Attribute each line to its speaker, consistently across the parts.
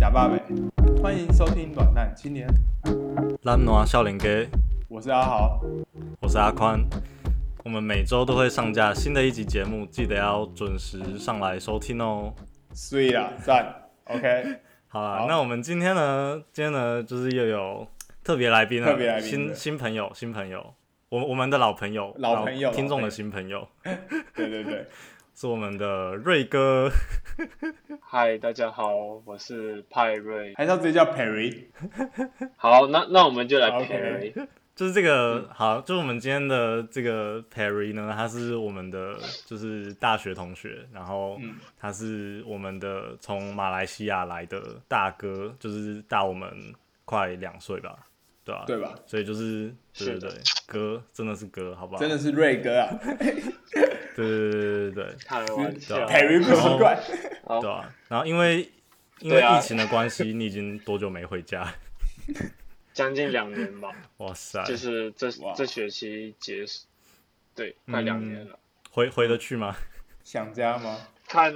Speaker 1: 哑巴呗，欢迎收听《暖男青年》，
Speaker 2: 烂暖笑脸给，
Speaker 1: 我是阿豪。
Speaker 2: 我是阿宽。我们每周都会上架新的一集节目，记得要准时上来收听哦。
Speaker 1: 睡啦，啊赞，OK，
Speaker 2: 好啦，
Speaker 1: 好
Speaker 2: 那我们今天呢？今天呢，就是又有特别来宾了，啊
Speaker 1: 特别来宾对
Speaker 2: 新新朋友，新朋友，我我们的老朋友，
Speaker 1: 老朋友
Speaker 2: 听
Speaker 1: 老
Speaker 2: 众
Speaker 1: 朋友
Speaker 2: 的新朋友，
Speaker 1: 对对对，
Speaker 2: 是我们的瑞哥。
Speaker 3: 嗨，大家好，我是派瑞。
Speaker 1: 还是要直接叫 Perry。
Speaker 3: 好，那那我们就来
Speaker 1: OK
Speaker 3: 派瑞。
Speaker 2: 就是这个、好，就是我们今天的这个 Perry 呢，他是我们的就是大学同学，然后
Speaker 1: 嗯
Speaker 2: 他是我们的从马来西亚来的大哥，就是大我们快两岁吧，对吧、
Speaker 1: 对吧？
Speaker 2: 所以就是对
Speaker 3: 是
Speaker 2: 对
Speaker 3: 的
Speaker 2: 对，哥真的是哥，好不好？
Speaker 1: 真的是瑞哥啊
Speaker 2: 对对对对对
Speaker 3: 开玩
Speaker 2: 对
Speaker 3: 笑，
Speaker 1: ，Perry 不奇怪。
Speaker 3: 好
Speaker 2: 对对，啊！然后因为因为
Speaker 3: 对啊
Speaker 2: 疫情的关系，你已经多久没回家？
Speaker 3: 将近两年吧，
Speaker 2: 哇塞，
Speaker 3: 就是这
Speaker 1: 哎哇
Speaker 3: 这学期结束，对，快两年了。
Speaker 1: 嗯
Speaker 2: 回回得去吗？
Speaker 1: 想家吗？
Speaker 3: 看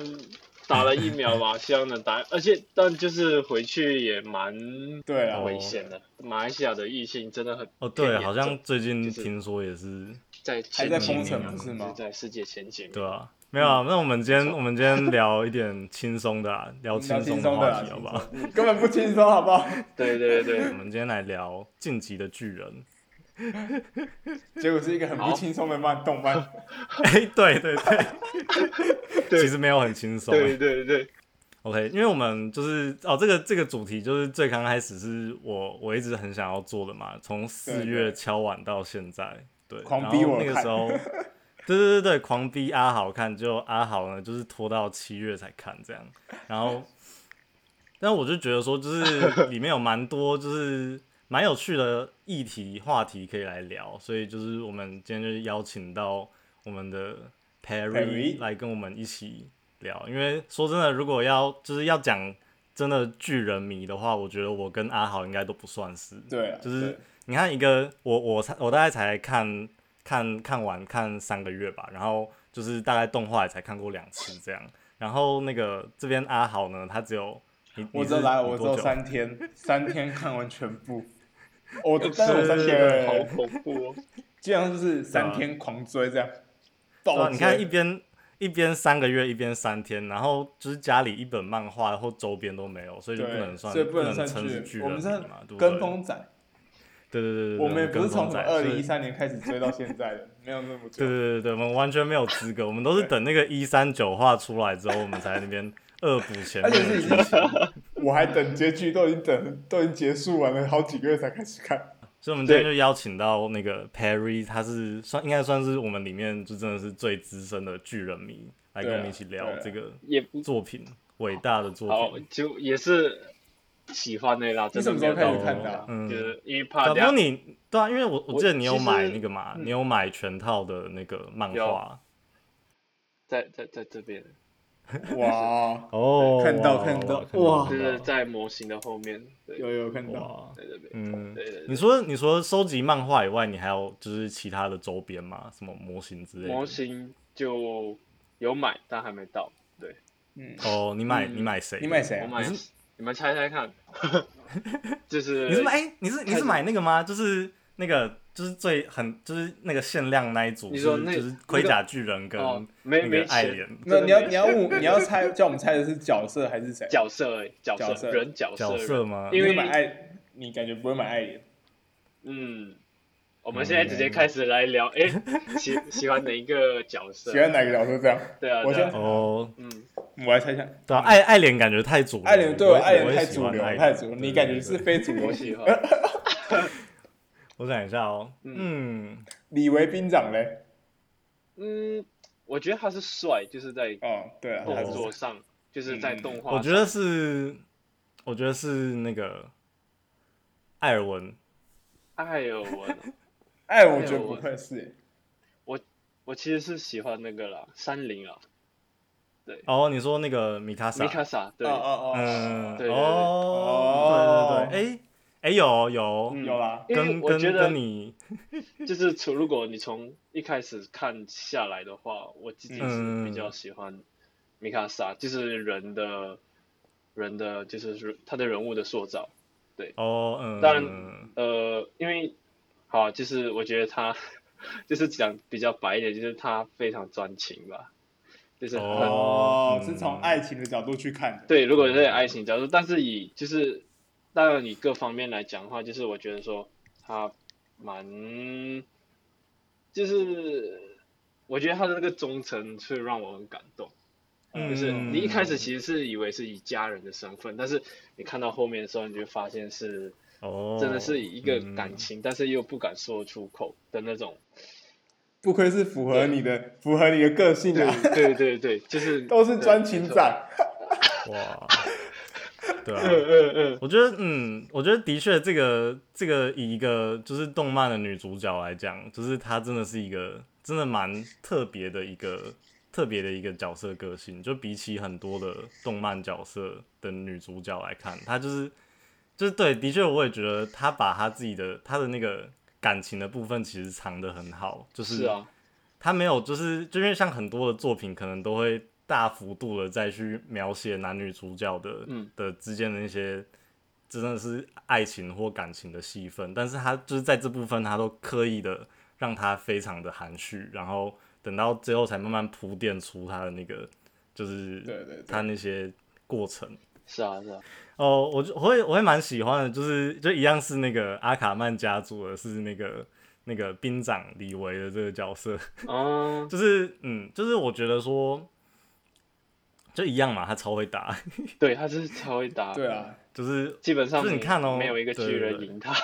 Speaker 3: 打了疫苗吧， 希望能打，而且但就是回去也蛮
Speaker 1: 对啊，
Speaker 3: 危险的。马来西亚的疫情真的很
Speaker 2: 哦，
Speaker 3: 偏
Speaker 2: 对，
Speaker 3: 严
Speaker 2: 好像
Speaker 3: 重
Speaker 2: 最近
Speaker 3: 就是
Speaker 2: 听说也是
Speaker 3: 在
Speaker 1: 还
Speaker 3: 前
Speaker 1: 在
Speaker 3: 几
Speaker 1: 封
Speaker 3: 名
Speaker 1: 城
Speaker 3: 啊
Speaker 1: 不是
Speaker 3: 就
Speaker 1: 吗？
Speaker 3: 在世界前几名。
Speaker 2: 对啊，没有啊。那我们今天我们今天聊一点轻松 的啊，聊
Speaker 1: 聊
Speaker 2: 轻
Speaker 1: 轻
Speaker 2: 松
Speaker 1: 松的
Speaker 2: 话
Speaker 1: 啦，
Speaker 2: 题好不
Speaker 1: 轻
Speaker 2: 好？
Speaker 1: 松根本不轻松，好不好？
Speaker 3: 对对
Speaker 2: 我
Speaker 3: 对，
Speaker 2: 们今天来聊《晋级的巨人》
Speaker 1: 结果是一个很不
Speaker 3: 好
Speaker 1: 轻松的漫动漫。
Speaker 2: 哎，对对对，
Speaker 3: 对
Speaker 2: 其实没有很轻松。
Speaker 3: 对对对，
Speaker 2: OK，因为我们就是哦，这个这个主题就是最刚开始是我我一直很想要做的嘛，从四
Speaker 1: 对
Speaker 2: 月敲碗到现在，对，
Speaker 1: 狂
Speaker 2: 然
Speaker 1: 逼
Speaker 2: 后
Speaker 1: 我
Speaker 2: 那个
Speaker 1: 看
Speaker 2: 时候， 对对对对，狂逼阿豪看，就阿豪呢就是拖到七月才看这样，然后，但我就觉得说，就是里面有蛮多就是蛮有趣的议题话题可以来聊，所以就是我们今天就邀请到我们的
Speaker 1: Perry
Speaker 2: Perry 来跟我们一起聊，因为说真的，如果要就是要讲真的巨人迷的话，我觉得我跟阿豪应该都不算是。
Speaker 1: 对啊，
Speaker 2: 就是你看一个我我才我大概才看看看完看三个月吧，然后就是大概动画也才看过两次这样。然后那个这边阿豪呢，他只有你
Speaker 1: 我
Speaker 2: 你
Speaker 1: 这
Speaker 2: 是
Speaker 1: 来，
Speaker 2: 你
Speaker 1: 我只
Speaker 2: 多
Speaker 1: 有
Speaker 2: 久
Speaker 1: 三天，三天看完全部。我但
Speaker 3: 真
Speaker 1: 是我
Speaker 3: 的
Speaker 1: 三
Speaker 3: 是
Speaker 1: 天
Speaker 3: 好恐怖哦。
Speaker 1: 基本上就是三天狂追这样。
Speaker 2: 对
Speaker 1: 爆
Speaker 2: 啊
Speaker 1: 追
Speaker 2: 你看一边一边三个月，一边三天，然后就是家里一本漫画或周边都没有，所以就不能
Speaker 1: 对，
Speaker 2: 算，
Speaker 1: 所以不
Speaker 2: 能
Speaker 1: 算
Speaker 2: 称是巨
Speaker 1: 剧。
Speaker 2: 人
Speaker 1: 我们是
Speaker 2: 迷嘛，对不
Speaker 1: 跟
Speaker 2: 对？
Speaker 1: 风仔，
Speaker 2: 对对对对，对
Speaker 1: 我们也不是
Speaker 2: 跟
Speaker 1: 从
Speaker 2: 风
Speaker 1: 什么
Speaker 2: 仔，
Speaker 1: 二
Speaker 2: 所
Speaker 1: 零
Speaker 2: 以
Speaker 1: 一三年开始追到现在的，没有那么久
Speaker 2: 对。对对对，我们完全没有资格，我们都是等那个一三九话出来之后，我们才在那边恶补前
Speaker 1: 而
Speaker 2: 面
Speaker 1: 且是
Speaker 2: 的
Speaker 1: 已
Speaker 2: 剧
Speaker 1: 经
Speaker 2: 情。，
Speaker 1: 我还等结局都已经等都已经结束完了好几个月才开始看。
Speaker 2: 所以我们今天就邀请到那个 Perry，他是算应该算是我们里面就真的是最资深的巨人迷，来跟我们一起
Speaker 1: 对
Speaker 2: 聊
Speaker 1: 啊
Speaker 2: 这个
Speaker 3: 也不
Speaker 2: 作品，伟大的作
Speaker 3: 好
Speaker 2: 品。，
Speaker 3: 就也是喜欢内拉，
Speaker 1: 你
Speaker 3: 真
Speaker 1: 什
Speaker 3: 的
Speaker 1: 么
Speaker 3: 没
Speaker 1: 时候开
Speaker 3: 有到
Speaker 1: 始看的啊？
Speaker 2: 嗯，
Speaker 3: 就是因为
Speaker 2: 啊
Speaker 3: 怕
Speaker 2: 不
Speaker 3: 等下
Speaker 2: 过你对啊，因为我我
Speaker 3: 我
Speaker 2: 记得你有
Speaker 3: 其实
Speaker 2: 买那个嘛，
Speaker 1: 嗯
Speaker 2: 你有买全套的那个漫画
Speaker 3: 在在在这边，
Speaker 1: 哇，
Speaker 2: 哦
Speaker 1: 看到
Speaker 2: 哇
Speaker 1: 看到哇
Speaker 3: 就是在模型的后面，对，
Speaker 2: 嗯
Speaker 1: 有有看到，
Speaker 2: 哇，
Speaker 3: 在这边，
Speaker 2: 嗯，
Speaker 3: 对对
Speaker 2: 你说你说收集漫画以外，你还有就是其他的周边吗？什么模型之类
Speaker 3: 对，
Speaker 2: 的
Speaker 3: 模？型就有买，但还没到。对，
Speaker 1: 嗯，
Speaker 2: 哦，你买
Speaker 3: 嗯
Speaker 2: 你买谁？
Speaker 1: 你买？谁
Speaker 3: 我
Speaker 1: 啊？
Speaker 3: 买
Speaker 2: 你，
Speaker 3: 你们猜猜看， 就是
Speaker 2: 你是买哎，你是你
Speaker 3: 开
Speaker 2: 是
Speaker 3: 始
Speaker 2: 买那个吗？就是那个就是最很就是那个限量那一组，
Speaker 3: 你
Speaker 2: 就
Speaker 3: 说
Speaker 2: 是
Speaker 3: 那
Speaker 2: 就是盔甲巨人跟
Speaker 3: 哦，没
Speaker 2: 那
Speaker 3: 没
Speaker 2: 个爱
Speaker 3: 钱
Speaker 2: 莲
Speaker 1: 那你要
Speaker 3: 真的没
Speaker 1: 你要问你要猜，叫我们猜的是角色还是谁？
Speaker 3: 角色而已角
Speaker 1: 角色
Speaker 3: 色人角
Speaker 2: 角
Speaker 3: 人
Speaker 2: 色吗？
Speaker 3: 哦因为
Speaker 1: 你买爱，你感觉不会买爱莲。
Speaker 3: 嗯。我们现在
Speaker 2: 嗯
Speaker 3: 直接开始来聊，哎、喜喜欢哪一个角色？
Speaker 1: 喜欢哪个角色这样？
Speaker 3: 对啊，
Speaker 1: 我
Speaker 3: 对啊
Speaker 1: 先
Speaker 2: 哦，
Speaker 3: 嗯，
Speaker 1: 我来猜一下，
Speaker 2: 对啊，爱爱莲感觉太主流，
Speaker 1: 爱莲对
Speaker 3: 啊
Speaker 2: 我
Speaker 1: 我
Speaker 2: 也
Speaker 1: 爱
Speaker 2: 我
Speaker 1: 莲
Speaker 2: 也
Speaker 1: 太
Speaker 2: 喜
Speaker 1: 主
Speaker 2: 欢
Speaker 1: 流
Speaker 2: 爱莲
Speaker 1: 太主流，你感觉
Speaker 2: 对
Speaker 1: 是
Speaker 2: 对对
Speaker 1: 非主流
Speaker 3: 我
Speaker 1: 型。
Speaker 3: 喜欢。
Speaker 2: 我想一下哦，
Speaker 3: 嗯
Speaker 2: 嗯，
Speaker 1: 李维兵长嘞，
Speaker 3: 嗯，我觉得他是帅，就是在
Speaker 1: 哦，对啊，他
Speaker 3: 动
Speaker 1: 是
Speaker 3: 作上，就是在动画上。
Speaker 2: 我觉得是，我觉得是那个艾尔文，
Speaker 3: 艾尔文，
Speaker 1: 哎，我觉得不愧是，
Speaker 3: 我其实是喜欢那个啦，山林啊，
Speaker 2: 哦，你说那个米卡
Speaker 3: 米
Speaker 2: 萨，
Speaker 3: 卡萨，对
Speaker 1: 哦，哦
Speaker 2: 嗯，
Speaker 1: 哦，
Speaker 3: 对对对
Speaker 2: 哦，对对对，哎哎有有，
Speaker 3: 嗯
Speaker 1: 有啦，
Speaker 3: 因为
Speaker 2: 跟
Speaker 3: 我
Speaker 2: 跟
Speaker 3: 觉
Speaker 2: 跟
Speaker 3: 得
Speaker 2: 你，
Speaker 3: 就是从如果你从一开始看下来
Speaker 2: 嗯
Speaker 3: 的话，我自己是比较喜欢米卡萨，就是人的人的就是他的人物的塑造。
Speaker 2: 哦，嗯，
Speaker 3: 当然
Speaker 2: 嗯
Speaker 3: 呃，因为好，就是我觉得他 就是讲比较白一点，就是他非常专情吧，就是很、
Speaker 1: 哦，
Speaker 2: 嗯
Speaker 1: 是从爱情的角度去看的。
Speaker 3: 对，如果是爱情角度，但是以就是当然以各方面来讲的话，就是我觉得说他蛮，就是我觉得他的那个忠诚是让我很感动。
Speaker 2: 嗯
Speaker 3: 就是你一开始其实是以为是以家人的身份，但是你看到后面的时候，你就发现是
Speaker 2: 哦，
Speaker 3: 真的是以一个感
Speaker 2: 嗯
Speaker 3: 情，但是又不敢说出口的那种。
Speaker 1: 不愧是符合你的，符合你的个性啊，
Speaker 3: 对 对对，就是
Speaker 1: 都是专情仔。
Speaker 2: 哦哇，对
Speaker 3: 嗯
Speaker 2: 啊，
Speaker 3: 嗯嗯，
Speaker 2: 我觉得嗯，我觉得的确这个这个以一个就是动漫的女主角来讲，就是她真的是一个真的蛮特别的一个特别的一个角色个性，就比起很多的动漫角色的女主角来看，她就是就是对，的确我也觉得她把她自己的她的那个感情的部分其实藏得很好，就是
Speaker 3: 是啊，
Speaker 2: 他没有，就是就因为像很多的作品，可能都会大幅度的再去描写男女主角的、
Speaker 3: 嗯
Speaker 2: 的之间的那些真的是爱情或感情的戏份，但是他就是在这部分，他都刻意的让他非常的含蓄，然后等到最后才慢慢铺垫出他的那个就是
Speaker 1: 对对对
Speaker 2: 他那些过程。
Speaker 3: 是啊是啊，
Speaker 2: 哦，我就我会我会蛮喜欢的，就是就一样是那个阿卡曼家族的，是那个那个兵长李维的这个角色，
Speaker 3: 哦，
Speaker 2: 就是嗯，就是我觉得说，就一样嘛，他超会打，
Speaker 3: 对，他是超会打，
Speaker 1: 对，啊，
Speaker 2: 就是
Speaker 3: 基本上
Speaker 2: 就是你看哦
Speaker 3: 没有一个
Speaker 2: 对
Speaker 3: 巨人
Speaker 2: 对
Speaker 3: 赢他，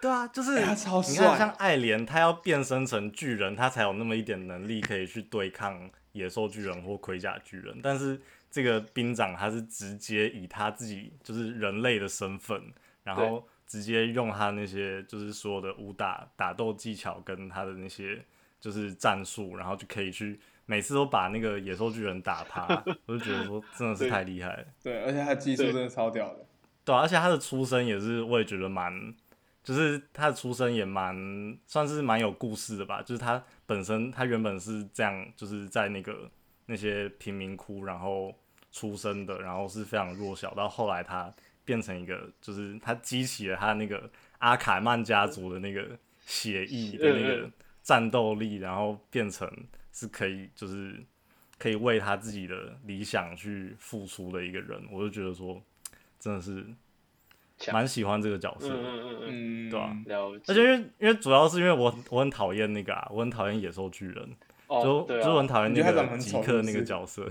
Speaker 2: 对啊，就是、
Speaker 1: 哎他超
Speaker 2: 你
Speaker 1: 帅
Speaker 2: 看像爱莲，他要变身成巨人，他才有那么一点能力可以去对抗野兽巨人或盔甲巨人，但是这个兵长他是直接以他自己就是人类的身份，然后直接用他那些就是所有的武打打斗技巧跟他的那些就是战术，然后就可以去。每次都把那个野兽巨人打趴，我就觉得说真的是
Speaker 3: 对
Speaker 2: 太厉害了。
Speaker 1: 对，而且他的技术
Speaker 3: 对
Speaker 1: 真的超屌的。
Speaker 2: 对啊、而且他的出身也是，我也觉得蛮，就是他的出身也蛮算是蛮有故事的吧。就是他本身他原本是这样，就是在那个那些贫民窟然后出生的，然后是非常弱小，到后来他变成一个，就是他激起了他那个阿卡曼家族的那个血意的那
Speaker 3: 嗯
Speaker 2: 个战斗力，然后变成是可以就是。可以为他自己的理想去付出的一个人，我就觉得说，真的是
Speaker 3: 强
Speaker 2: 蛮喜欢这个角色
Speaker 3: 嗯
Speaker 2: 的。
Speaker 3: 嗯嗯嗯，
Speaker 1: 嗯，
Speaker 2: 对啊
Speaker 3: 了解，
Speaker 2: 而且因为因为主要是因为我我很讨厌那个啊，我很讨厌野兽巨人，
Speaker 3: 哦
Speaker 2: 就，
Speaker 3: 对
Speaker 2: 就
Speaker 3: 啊
Speaker 2: 很，讨厌
Speaker 1: 你
Speaker 2: 那
Speaker 1: 觉得他长得
Speaker 2: 个
Speaker 1: 很
Speaker 2: 极
Speaker 1: 丑
Speaker 2: 客
Speaker 1: 是不
Speaker 2: 那个
Speaker 1: 是
Speaker 2: 角色。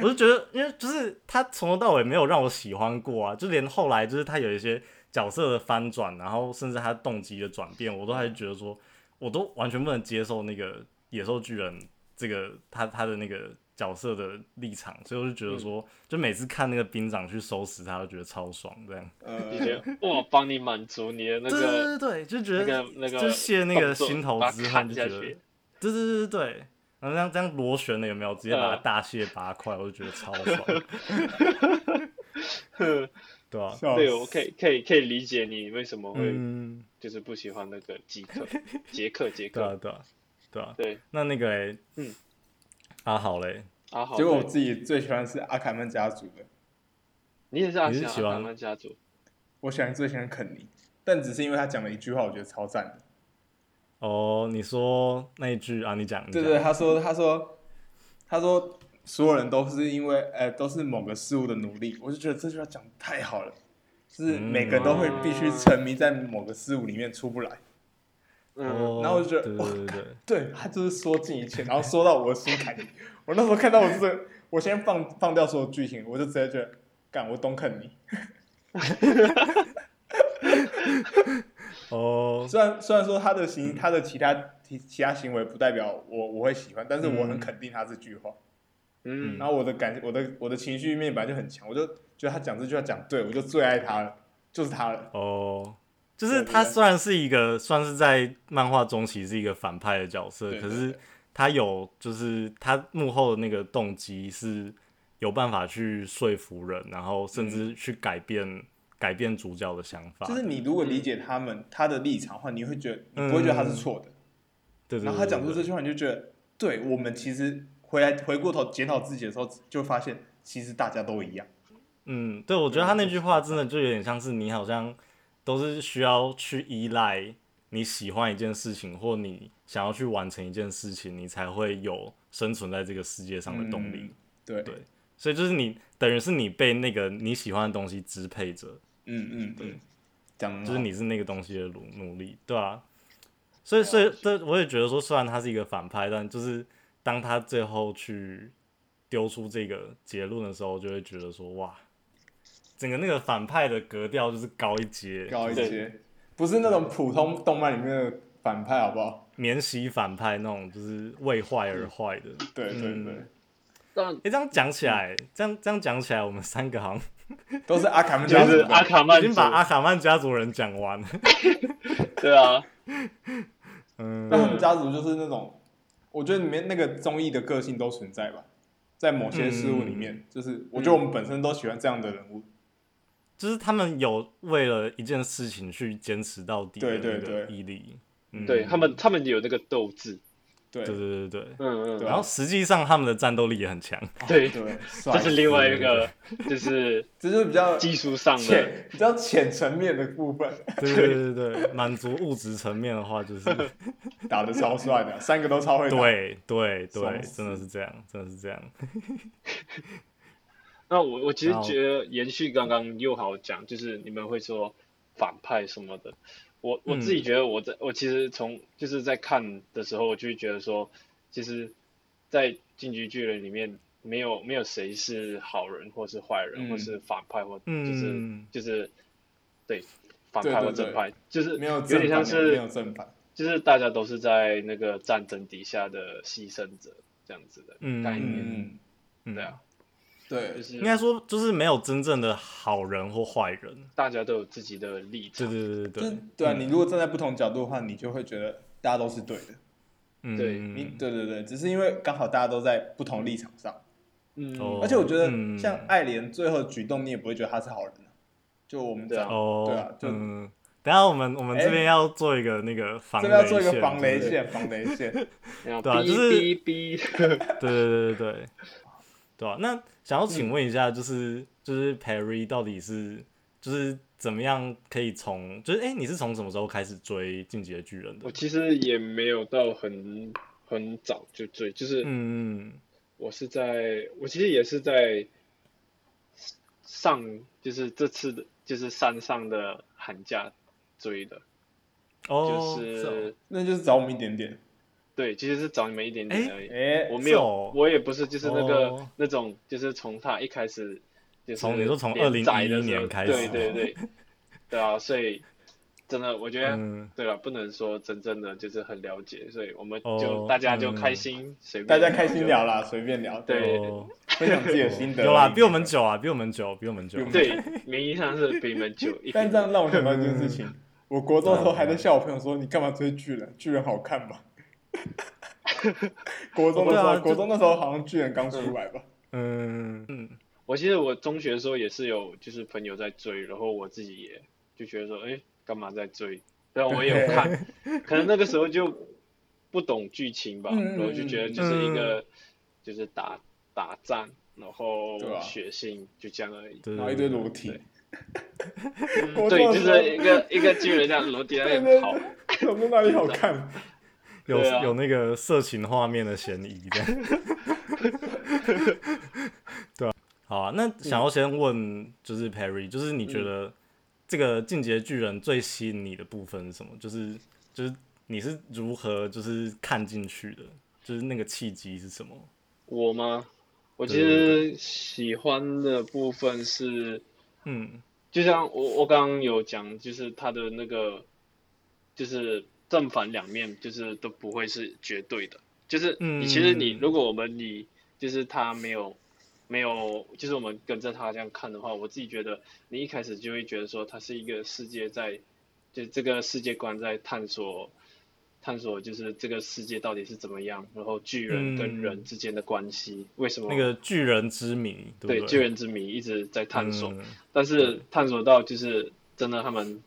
Speaker 2: 我就觉得，因为就是他从头到尾没有让我喜欢过啊，就连后来就是他有一些角色的翻转，然后甚至他动机的转变，我都还觉得说，我都完全不能接受那个野兽巨人这个他他的那个角色的立场，所以我就觉得说，
Speaker 3: 嗯
Speaker 2: 就每次看那个兵长去收拾他，都觉得超爽这样。
Speaker 3: 就
Speaker 1: 呃，
Speaker 3: 觉得哇，帮你满足你的那
Speaker 2: 对对
Speaker 3: 个
Speaker 2: 对对，就觉
Speaker 3: 那
Speaker 2: 得
Speaker 3: 个那个
Speaker 2: 就卸那个
Speaker 3: 动作
Speaker 2: 心头
Speaker 3: 把它
Speaker 2: 之
Speaker 3: 砍
Speaker 2: 恨，就
Speaker 3: 下
Speaker 2: 觉得，对
Speaker 3: 去
Speaker 2: 对对对对，然后这样这样螺旋的有没有直接把它
Speaker 3: 嗯
Speaker 2: 大卸八块，我就觉得超 爽，对啊吧、
Speaker 1: 笑
Speaker 3: 对，
Speaker 1: 死
Speaker 3: 我可以可以可以理解你为什么会
Speaker 2: 嗯，
Speaker 3: 就是不喜欢那个极客杰克杰
Speaker 2: 对啊
Speaker 3: 克，
Speaker 2: 对啊对啊，
Speaker 3: 对
Speaker 2: 那那个欸
Speaker 3: 嗯，
Speaker 2: 阿豪嘞，
Speaker 3: 阿豪，
Speaker 1: 结果我
Speaker 3: 对
Speaker 1: 自己最喜欢的是阿卡曼家族的，
Speaker 3: 你也是阿
Speaker 2: 你是
Speaker 3: 翔
Speaker 2: 喜
Speaker 3: 阿
Speaker 2: 欢
Speaker 3: 卡曼家族，
Speaker 1: 我喜欢最喜欢肯尼，但只是因为他讲了一句话，我觉得超赞的。
Speaker 2: 哦，你说那一句啊，你讲，你
Speaker 1: 对
Speaker 2: 讲
Speaker 1: 对，，他说他说他说所有人都是因为呃都是某个事物的努力，我就觉得这句话讲得太好了，就是每个人都会必须沉迷在某个事物里面出不来。
Speaker 3: 嗯，
Speaker 2: 哦，
Speaker 1: 然后我就觉得
Speaker 2: 对
Speaker 1: 哇
Speaker 2: 对对对，
Speaker 1: 对他就是说尽一切，然后说到我的心坎里。 我那时候看到我这个，我先放放掉所有剧情，我就直接觉得，干我懂肯尼。
Speaker 2: 哦，
Speaker 1: 虽然虽然说他的行他的其他其其他行为不代表我我会喜欢，但是我很
Speaker 2: 嗯
Speaker 1: 肯定他这句话。
Speaker 3: 嗯，
Speaker 1: 然后我的感我的我的情绪面本来就很强，我就觉得他讲这句话讲对，我就最爱他了，就是他了。
Speaker 2: 哦，就
Speaker 1: 对
Speaker 2: 是
Speaker 1: 对
Speaker 2: 他
Speaker 1: 对
Speaker 2: 虽然是一个算是在漫画中期是一个反派的角色，
Speaker 1: 对
Speaker 2: 可
Speaker 1: 对
Speaker 2: 是
Speaker 1: 对
Speaker 2: 他有就是他幕后的那个动机是有办法去说服人，然后甚至去改变、改变主角的想法。
Speaker 1: 嗯就是你如果理解他们他的立场的话，你会觉得你不会觉得他是错的。
Speaker 2: 对对对
Speaker 3: 嗯
Speaker 1: 然后他讲出
Speaker 2: 对
Speaker 1: 这句话，你就觉得，对我们其实回来回过头检讨自己的时候，就发现其实大家都一样。
Speaker 2: 嗯，对，我觉得他那句话真的就有点像是你好像都是需要去依赖你喜欢一件事情，或你想要去完成一件事情，你才会有生存在这个世界上的动力。
Speaker 1: 嗯对，
Speaker 2: 对所以就是你等于是你被那个你喜欢的东西支配着，
Speaker 1: 嗯嗯嗯，讲得很好
Speaker 2: 就是你是那个东西的奴奴隶，对啊。所以，所以这我也觉得说，虽然他是一个反派，但就是当他最后去丢出这个结论的时候，就会觉得说，哇，整个那个反派的格调就是高一阶，
Speaker 1: 高一
Speaker 3: 对
Speaker 1: 些，不是那种普通动漫里面的反派，好不好？
Speaker 2: 免洗反派那种，就是为坏而坏的。
Speaker 1: 对对
Speaker 2: 嗯
Speaker 1: 对，
Speaker 3: 但
Speaker 2: 哎、这样讲起来，这样这样讲起来，我们三个好
Speaker 1: 都是阿卡门
Speaker 3: 就
Speaker 1: 家族
Speaker 3: 是
Speaker 1: 的
Speaker 3: 阿卡曼
Speaker 2: 像已
Speaker 3: 族
Speaker 2: 经把阿卡曼家族人讲完了。
Speaker 3: 对啊，
Speaker 2: 嗯，
Speaker 1: 那他们家族就是那种，我觉得里面那个综艺的个性都存在吧，在某
Speaker 3: 嗯
Speaker 1: 些事物里面，就是我觉得我们本身都喜欢这样的人物，
Speaker 2: 就是他们有为了一件事情去坚持到底的
Speaker 1: 对对
Speaker 2: 那个
Speaker 1: 对
Speaker 2: 毅力。嗯
Speaker 3: 对他们他们有那个斗志，
Speaker 1: 对
Speaker 2: 对对对对。
Speaker 1: 对
Speaker 3: 嗯嗯，
Speaker 1: 啊
Speaker 2: 然后实际上他们的战斗力也很强，
Speaker 3: 对，
Speaker 1: 对，帅
Speaker 3: 这是另外一个就是
Speaker 1: 这就是比较
Speaker 3: 技术上的，
Speaker 1: 浅、比较浅层面的部分，
Speaker 2: 对对对对对，满足物质层面的话， 就是
Speaker 1: 打的超帅的，三个都超会打。
Speaker 2: 对对对，
Speaker 1: 爽死
Speaker 2: 真的是这样，真的是这样。
Speaker 3: 那我我其实
Speaker 2: 然后
Speaker 3: 觉得延续刚刚又好讲，就是你们会说反派什么的，我我
Speaker 1: 嗯
Speaker 3: 自己觉得我在、我其实从就是在看的时候，我就会觉得说，其实，在《进击巨人》里面没有没有谁是好人或是坏人、
Speaker 1: 嗯
Speaker 3: 或是反派或就是、
Speaker 2: 嗯，
Speaker 3: 就是对反
Speaker 1: 对
Speaker 3: 派
Speaker 1: 对
Speaker 3: 或正
Speaker 1: 对
Speaker 3: 派，就是
Speaker 1: 没有
Speaker 3: 有
Speaker 1: 正
Speaker 3: 点
Speaker 1: 反
Speaker 3: 像
Speaker 1: 的，没
Speaker 3: 是
Speaker 1: 有正反，
Speaker 3: 就是大家都是在那个战争底下的牺牲者这样子的
Speaker 2: 嗯
Speaker 3: 概念，
Speaker 1: 嗯，
Speaker 2: 嗯
Speaker 3: 对啊，就
Speaker 1: 对，
Speaker 3: 是
Speaker 2: 应该说就是没有真正的好人或坏人。
Speaker 3: 大家都有自己的立
Speaker 2: 对
Speaker 3: 场，
Speaker 2: 对对对
Speaker 1: 就
Speaker 2: 对，
Speaker 1: 对啊，
Speaker 3: 嗯
Speaker 1: 你如果站在不同角度的话，你就会觉得大家都是对的。
Speaker 2: 嗯
Speaker 3: 对
Speaker 1: 你
Speaker 2: 嗯
Speaker 1: 对对对，只是因为刚好大家都在不同立场上，
Speaker 3: 嗯，
Speaker 2: 哦
Speaker 1: 而且我觉得
Speaker 2: 嗯
Speaker 1: 像爱莲最后的举动，你也不会觉得他是好人啊、就我们
Speaker 3: 对啊
Speaker 1: 讲，
Speaker 2: 哦，
Speaker 1: 对啊就
Speaker 2: 嗯，等一下我们我们这边
Speaker 1: 哎
Speaker 2: 要做一个那个防
Speaker 1: 这
Speaker 2: 雷
Speaker 1: 边要做一个防
Speaker 2: 就是
Speaker 1: 雷线，防雷线。
Speaker 3: 然后
Speaker 2: 对啊
Speaker 3: 哔
Speaker 2: 就是
Speaker 3: 哔哔，
Speaker 2: 对对对对对，对啊，那想要请问一下，就是、就是 Perry 到底是就是怎么样可以从就是哎、你是从什么时候开始追《进击的巨人》的
Speaker 3: 我？其实也没有到很很早就追，就是
Speaker 2: 嗯嗯
Speaker 3: 我是在，我其实也是在上，就是这次的，就是山上的寒假追的，
Speaker 2: 哦，
Speaker 3: 就是是
Speaker 1: 那就是找我们一点点。
Speaker 3: 对，其实是找你们一点点
Speaker 2: 哎
Speaker 3: 而已，
Speaker 1: 哎、
Speaker 3: 我没
Speaker 2: 是
Speaker 3: 有，
Speaker 2: 哦
Speaker 3: 我也不是，就是那个、
Speaker 2: 哦
Speaker 3: 那种，就是从他一开始，就是
Speaker 2: 从你说从
Speaker 3: 连载的
Speaker 2: 2011年
Speaker 3: 时候
Speaker 2: 开始
Speaker 3: 对 对对，对啊，所以真的，我觉
Speaker 2: 哦
Speaker 3: 得，
Speaker 2: 嗯，
Speaker 3: 对啊了，不能说真正的就是很了解，所以我们就、
Speaker 2: 哦
Speaker 3: 大家就
Speaker 2: 嗯
Speaker 3: 开心，随
Speaker 1: 大
Speaker 3: 便
Speaker 1: 家开心聊啦，随便聊，
Speaker 3: 对
Speaker 2: 哦
Speaker 1: 分享自己的心得。
Speaker 2: 有啦，比我们，久啊，比我们久，比我们久
Speaker 1: 比我。们久
Speaker 3: 对，名义上是比你 们久一
Speaker 1: 但
Speaker 3: 点
Speaker 1: 这，样让我想到一件事
Speaker 2: 嗯
Speaker 1: 情，我国中的时候还在笑我朋友说：“你干嘛追巨人？巨人好看吗？” 国中的时
Speaker 2: 对
Speaker 1: 候，
Speaker 2: 啊就
Speaker 1: 国中那时候好像巨人刚出来吧？
Speaker 2: 嗯嗯
Speaker 3: 我记得我中学的时候也是有就是朋友在追，然后我自己也就觉得说，哎，干嘛在追？然后我也有 看，可能那个时候就不懂剧情吧，
Speaker 1: 嗯嗯嗯
Speaker 3: 然后就觉得就是一个、就是打打仗，然后
Speaker 1: 对啊
Speaker 3: 血腥，就这样而已。嗯
Speaker 2: 嗯对
Speaker 1: 然后一堆裸体，国
Speaker 3: 对，
Speaker 1: 中的
Speaker 3: 就
Speaker 1: 时候
Speaker 3: 是一个一个巨人这样楼底下那边跑，
Speaker 1: 有没有哪里好看？
Speaker 2: 有
Speaker 3: 对啊
Speaker 2: 有那个色情画面的嫌疑这样。 对啊，好啊，
Speaker 3: 嗯
Speaker 2: 那想要先问就是 Perry，就是你觉得这个《进阶巨人》最吸引你的部分是什么？就是就是你是如何就是看进去的？就是那个契机是什么？
Speaker 3: 我吗？我其
Speaker 2: 对对
Speaker 3: 实喜欢的部分是，
Speaker 2: 嗯
Speaker 3: 就像我我刚刚有讲，就是它的那个，就是正反两面，就是都不会是绝对的。就是
Speaker 2: 嗯
Speaker 3: 你其实你如果我们你就是他没有没有，就是我们跟着他这样看的话，我自己觉得你一开始就会觉得说它是一个世界在，就这个世界观在探索探索，就是这个世界到底是怎么样，然后巨人跟
Speaker 2: 嗯
Speaker 3: 人之间的关系，为什么
Speaker 2: 那个巨人之谜，对不
Speaker 3: 对
Speaker 2: 对？
Speaker 3: 巨人之谜一直在探索。
Speaker 2: 嗯
Speaker 3: 但是探索到就是真的他们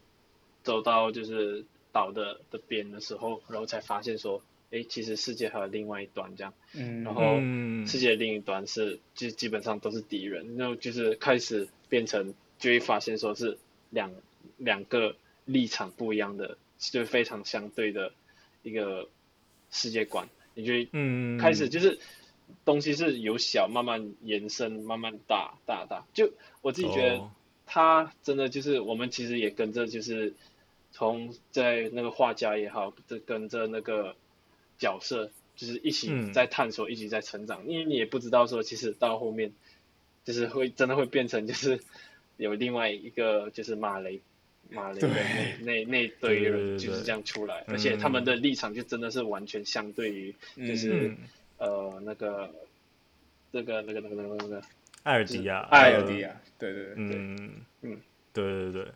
Speaker 3: 走到就是岛的的边的时候，然后才发现说，诶，其实世界还有另外一端这样，
Speaker 1: 嗯
Speaker 3: 然后
Speaker 2: 嗯，
Speaker 3: 世界另一端是就基本上都是敌人，然后就是开始变成就会发现说是两两个立场不一样的，就是非常相对的一个世界观，你就会
Speaker 2: 嗯，
Speaker 3: 开始就是东西是由小慢慢延伸，慢慢大大大。就我自己觉得
Speaker 2: 哦，
Speaker 3: 他真的就是我们其实也跟着就是从在那个画家也好，这跟着那个角色，就是一起
Speaker 2: 嗯
Speaker 3: 在探索，一起在成长。因为你也不知道说，其实到后面就是会真的会变成就是有另外一个就是马雷。马雷的
Speaker 1: 对
Speaker 3: 那那那一堆
Speaker 2: 对对
Speaker 3: 人
Speaker 2: 对
Speaker 3: 就是
Speaker 2: 对
Speaker 3: 这样出来，而且他们
Speaker 2: 嗯
Speaker 3: 的立场就真的是完全相对于就是
Speaker 2: 嗯，
Speaker 3: 呃，那个，那个，那个，那个，那个，那个，
Speaker 2: 艾尔迪亚，
Speaker 3: 哦艾
Speaker 1: 艾
Speaker 3: 尔
Speaker 1: 尔
Speaker 2: 呃
Speaker 1: 迪亚，啊对对对，
Speaker 2: 嗯
Speaker 3: 嗯
Speaker 2: 嗯，对对对，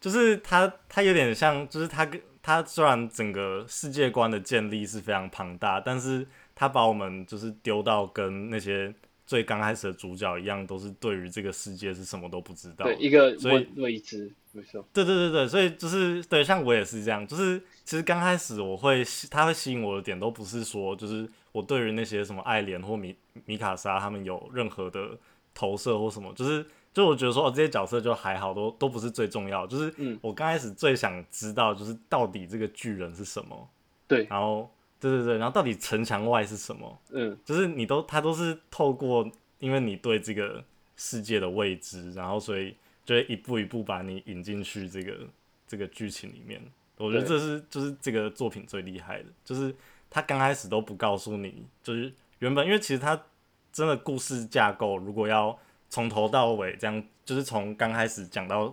Speaker 2: 就是他，他有点像，就是他跟他虽然整个世界观的建立是非常庞大，但是他把我们就是丢到跟那些最刚开始的主角一样，都是对于这个世界是什么都不知道的。
Speaker 3: 对，一个
Speaker 2: 所以
Speaker 3: 未未知，没错，
Speaker 2: 对对对对，所以就是对，像我也是这样，就是其实刚开始我会吸，他会吸引我的点都不是说，就是我对于那些什么爱莲或米米卡莎他们有任何的投射或什么，就是就我觉得说哦这些角色就还好，都都不是最重要，就是
Speaker 3: 嗯
Speaker 2: 我刚开始最想知道就是到底这个巨人是什么，
Speaker 3: 对，
Speaker 2: 然后对对对，然后到底城墙外是什么，
Speaker 3: 嗯，
Speaker 2: 就是你都他都是透过，因为你对这个世界的未知，然后所以就会一步一步把你引进去这个这个剧情里面。我觉得
Speaker 3: 对
Speaker 2: 这是就是这个作品最厉害的，就是他刚开始都不告诉你，就是原本因为其实他真的故事架构，如果要从头到尾这样，就是从刚开始讲到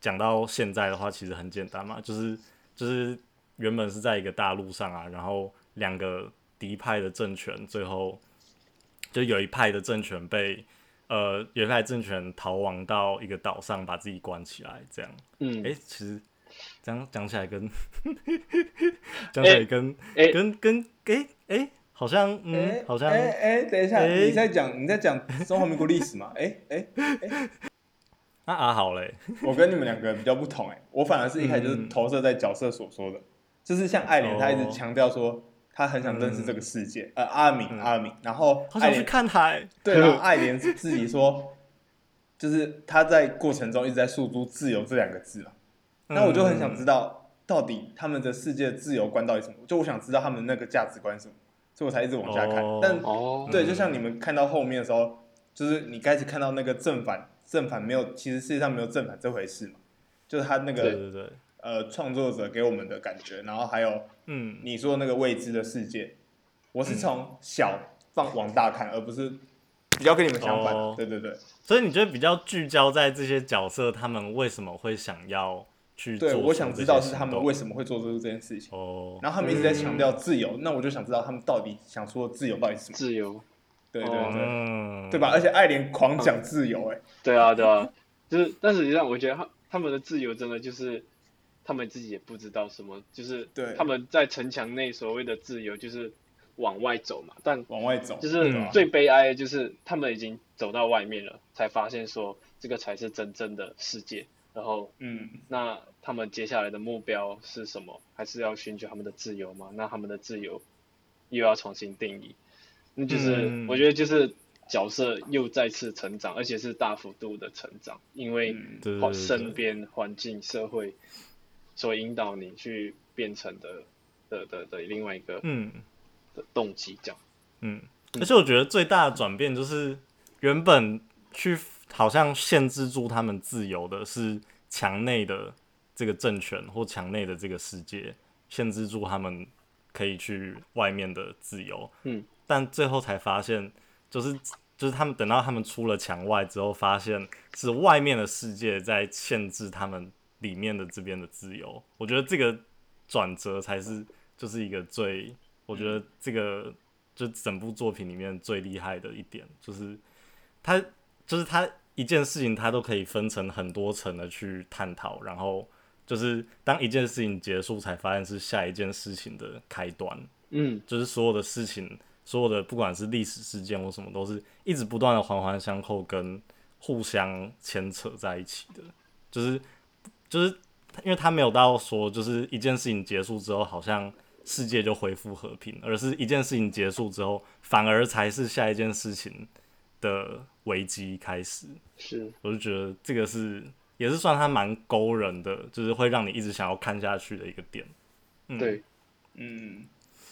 Speaker 2: 讲到现在的话，其实很简单嘛，就是就是原本是在一个大陆上啊，然后两个敌派的政权最后就有一派的政权被呃有一派政权逃亡到一个岛上，把自己关起来，这样。
Speaker 3: 嗯，
Speaker 2: 诶，其实这样讲起来跟 讲起来跟、
Speaker 3: 诶
Speaker 2: 跟跟诶诶，好像嗯、
Speaker 1: 哎
Speaker 2: 好像、
Speaker 1: 哎哎，等一下，
Speaker 2: 哎
Speaker 1: 你在讲你在讲中华民国历史嘛？哎哎，
Speaker 2: 那啊好嘞，
Speaker 3: 哎
Speaker 1: 我跟你们两个比较不同哎、我反而是一开始就是
Speaker 2: 嗯
Speaker 1: 投射在角色所说的，就是像艾莲，
Speaker 2: 哦
Speaker 1: 她一直强调说她很想认识这个世界，呃，阿敏，阿敏，然后
Speaker 2: 嗯好
Speaker 1: 艾
Speaker 2: 想去
Speaker 1: 莲
Speaker 2: 看海。
Speaker 1: 对，然后艾莲自己说， 就是她在过程中一直在诉诸自由这两个字嘛，
Speaker 2: 嗯
Speaker 1: 那我就很想知道到底他们的世界自由观到底什么，就我想知道他们那个价值观是什么，所以我才一直往下看，
Speaker 2: 哦
Speaker 1: 但
Speaker 3: 哦，
Speaker 1: 对，就像你们看到后面的时候，就是你开始看到那个正反，正反没有，其实世界上没有正反这回事嘛，就是他那
Speaker 2: 对
Speaker 1: 个
Speaker 2: 对对，
Speaker 1: 呃创作者给我们的感觉，然后还有
Speaker 2: 嗯
Speaker 1: 你说那个未知的世界，我是从小放往大看，而不是比较跟你们相反。
Speaker 2: 哦
Speaker 1: 对对对，
Speaker 2: 所以你觉得比较聚焦在这些角色，他们为什么会想要去做
Speaker 1: 对
Speaker 2: 出这些行动？
Speaker 1: 我想知道是他们为什么会做出这件事情，
Speaker 2: 哦，
Speaker 1: 然后他们一直在强调自
Speaker 2: 嗯
Speaker 1: 由，那我就想知道他们到底想说的自由到底是什么。
Speaker 3: 自由，
Speaker 1: 对对对，
Speaker 2: 嗯，
Speaker 1: 对吧？？而且爱莲狂讲自由、哎，
Speaker 3: 对啊，对啊， 就是，但实际上我觉得他他们的自由真的就是他们自己也不知道什么，就是
Speaker 1: 对
Speaker 3: 他们在城墙内所谓的自由就是往外走嘛，但
Speaker 1: 往外走，
Speaker 3: 就是
Speaker 2: 嗯
Speaker 3: 最悲哀的就是他们已经走到外面了，才发现说这个才是真正的世界，然后。
Speaker 1: 嗯。
Speaker 3: 那他们接下来的目标是什么？还是要寻求他们的自由吗？那他们的自由又要重新定义，那就是、
Speaker 2: 嗯
Speaker 3: 我觉得就是角色又再次成长，而且是大幅度的成长，因为
Speaker 1: 嗯
Speaker 2: 对对
Speaker 3: 环
Speaker 2: 对对
Speaker 3: 身边环境社会所引导你去变成的的的的另外一个
Speaker 2: 嗯
Speaker 3: 的动机，这样。
Speaker 2: 嗯，而且我觉得最大的转变就是，原本去好像限制住他们自由的是墙内的这个政权或墙内的这个世界，限制住他们可以去外面的自由。
Speaker 3: 嗯，
Speaker 2: 但最后才发现，就是就是他们等到他们出了墙外之后，发现是外面的世界在限制他们里面的这边的自由。我觉得这个转折才是就是一个最，我觉得这个就整部作品里面最厉害的一点，就是他就是他一件事情，他都可以分成很多层的去探讨，然后就是当一件事情结束，才发现是下一件事情的开端。
Speaker 3: 嗯，
Speaker 2: 就是所有的事情，所有的不管是历史事件或什么，都是一直不断的环环相扣，跟互相牵扯在一起的。就是就是因为他没有到说，就是一件事情结束之后，好像世界就恢复和平，而是一件事情结束之后，反而才是下一件事情的危机开始。
Speaker 3: 是
Speaker 2: 我就觉得这个是也是算它蛮勾人的，就是会让你一直想要看下去的一个点。嗯，
Speaker 3: 对，
Speaker 1: 嗯，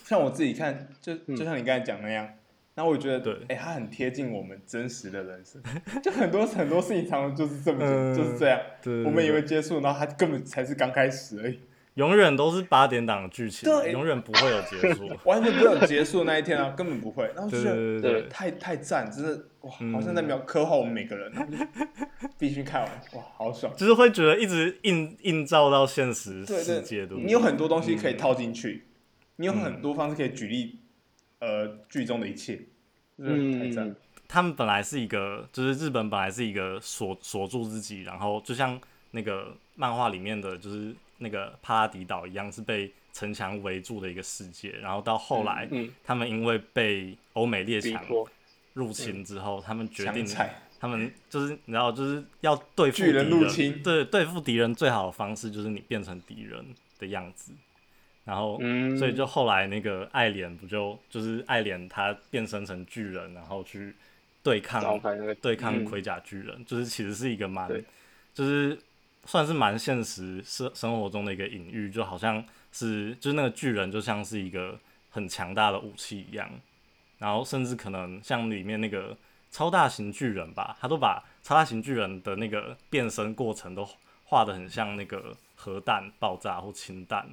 Speaker 1: 像我自己看，就
Speaker 3: 嗯
Speaker 1: 就像你刚才讲那样，那我觉得，
Speaker 2: 对
Speaker 1: 哎、它很贴近我们真实的人生， 就很多很多事情常常就是这么、
Speaker 2: 嗯
Speaker 1: 就是这样，
Speaker 2: 对对
Speaker 1: 我们以
Speaker 2: 对
Speaker 1: 为接触，然后它根本才是刚开始而已，
Speaker 2: 永远都是八点档的剧情，
Speaker 1: 对
Speaker 2: 永远不会有 结束。
Speaker 1: 完全不会有结束的那一天啊，根本不会，然后就
Speaker 2: 对
Speaker 1: 觉得
Speaker 2: 对对对，
Speaker 1: 太太赞，真的哇，
Speaker 2: 嗯
Speaker 1: 好像在描刻画我们每个人，然后就必须看完，哇，好爽。
Speaker 2: 就是会觉得一直映映照到现实
Speaker 1: 对
Speaker 2: 世界，嗯对不
Speaker 1: 对，
Speaker 2: 对？
Speaker 1: 你有很多东西可以套进去，你有很多方式可以举例，呃，剧中的一切，
Speaker 3: 嗯
Speaker 1: 太赞了，
Speaker 2: 他们本来是一个，就是日本本来是一个锁锁住自己，然后就像那个漫画里面的，就是那个帕拉迪岛一样，是被城墙围住的一个世界。然后到后来，
Speaker 3: 嗯，
Speaker 2: 他们因为被欧美列
Speaker 3: 逼
Speaker 2: 强
Speaker 3: 迫，
Speaker 2: 入侵之后，他们决
Speaker 1: 强
Speaker 2: 定，
Speaker 1: 踩。
Speaker 2: 他们就是你知道，就是要对付敌
Speaker 1: 巨人入侵
Speaker 2: 对，对付敌人最好的方式就是你变成敌人的样子。然后，
Speaker 3: 嗯，
Speaker 2: 所以就后来那个爱莲不就就是爱莲她变身成巨人，然后去对
Speaker 3: 召
Speaker 2: 抗
Speaker 3: 开那个
Speaker 2: 对抗
Speaker 3: 嗯
Speaker 2: 盔甲巨人，就是其实是一个蛮
Speaker 3: 对
Speaker 2: 就是算是蛮现实生生活中的一个隐喻，就好像是就是那个巨人就像是一个很强大的武器一样，然后甚至可能像里面那个超大型巨人吧，他都把超大型巨人的那个变身过程都画的很像那个核弹爆炸或氢弹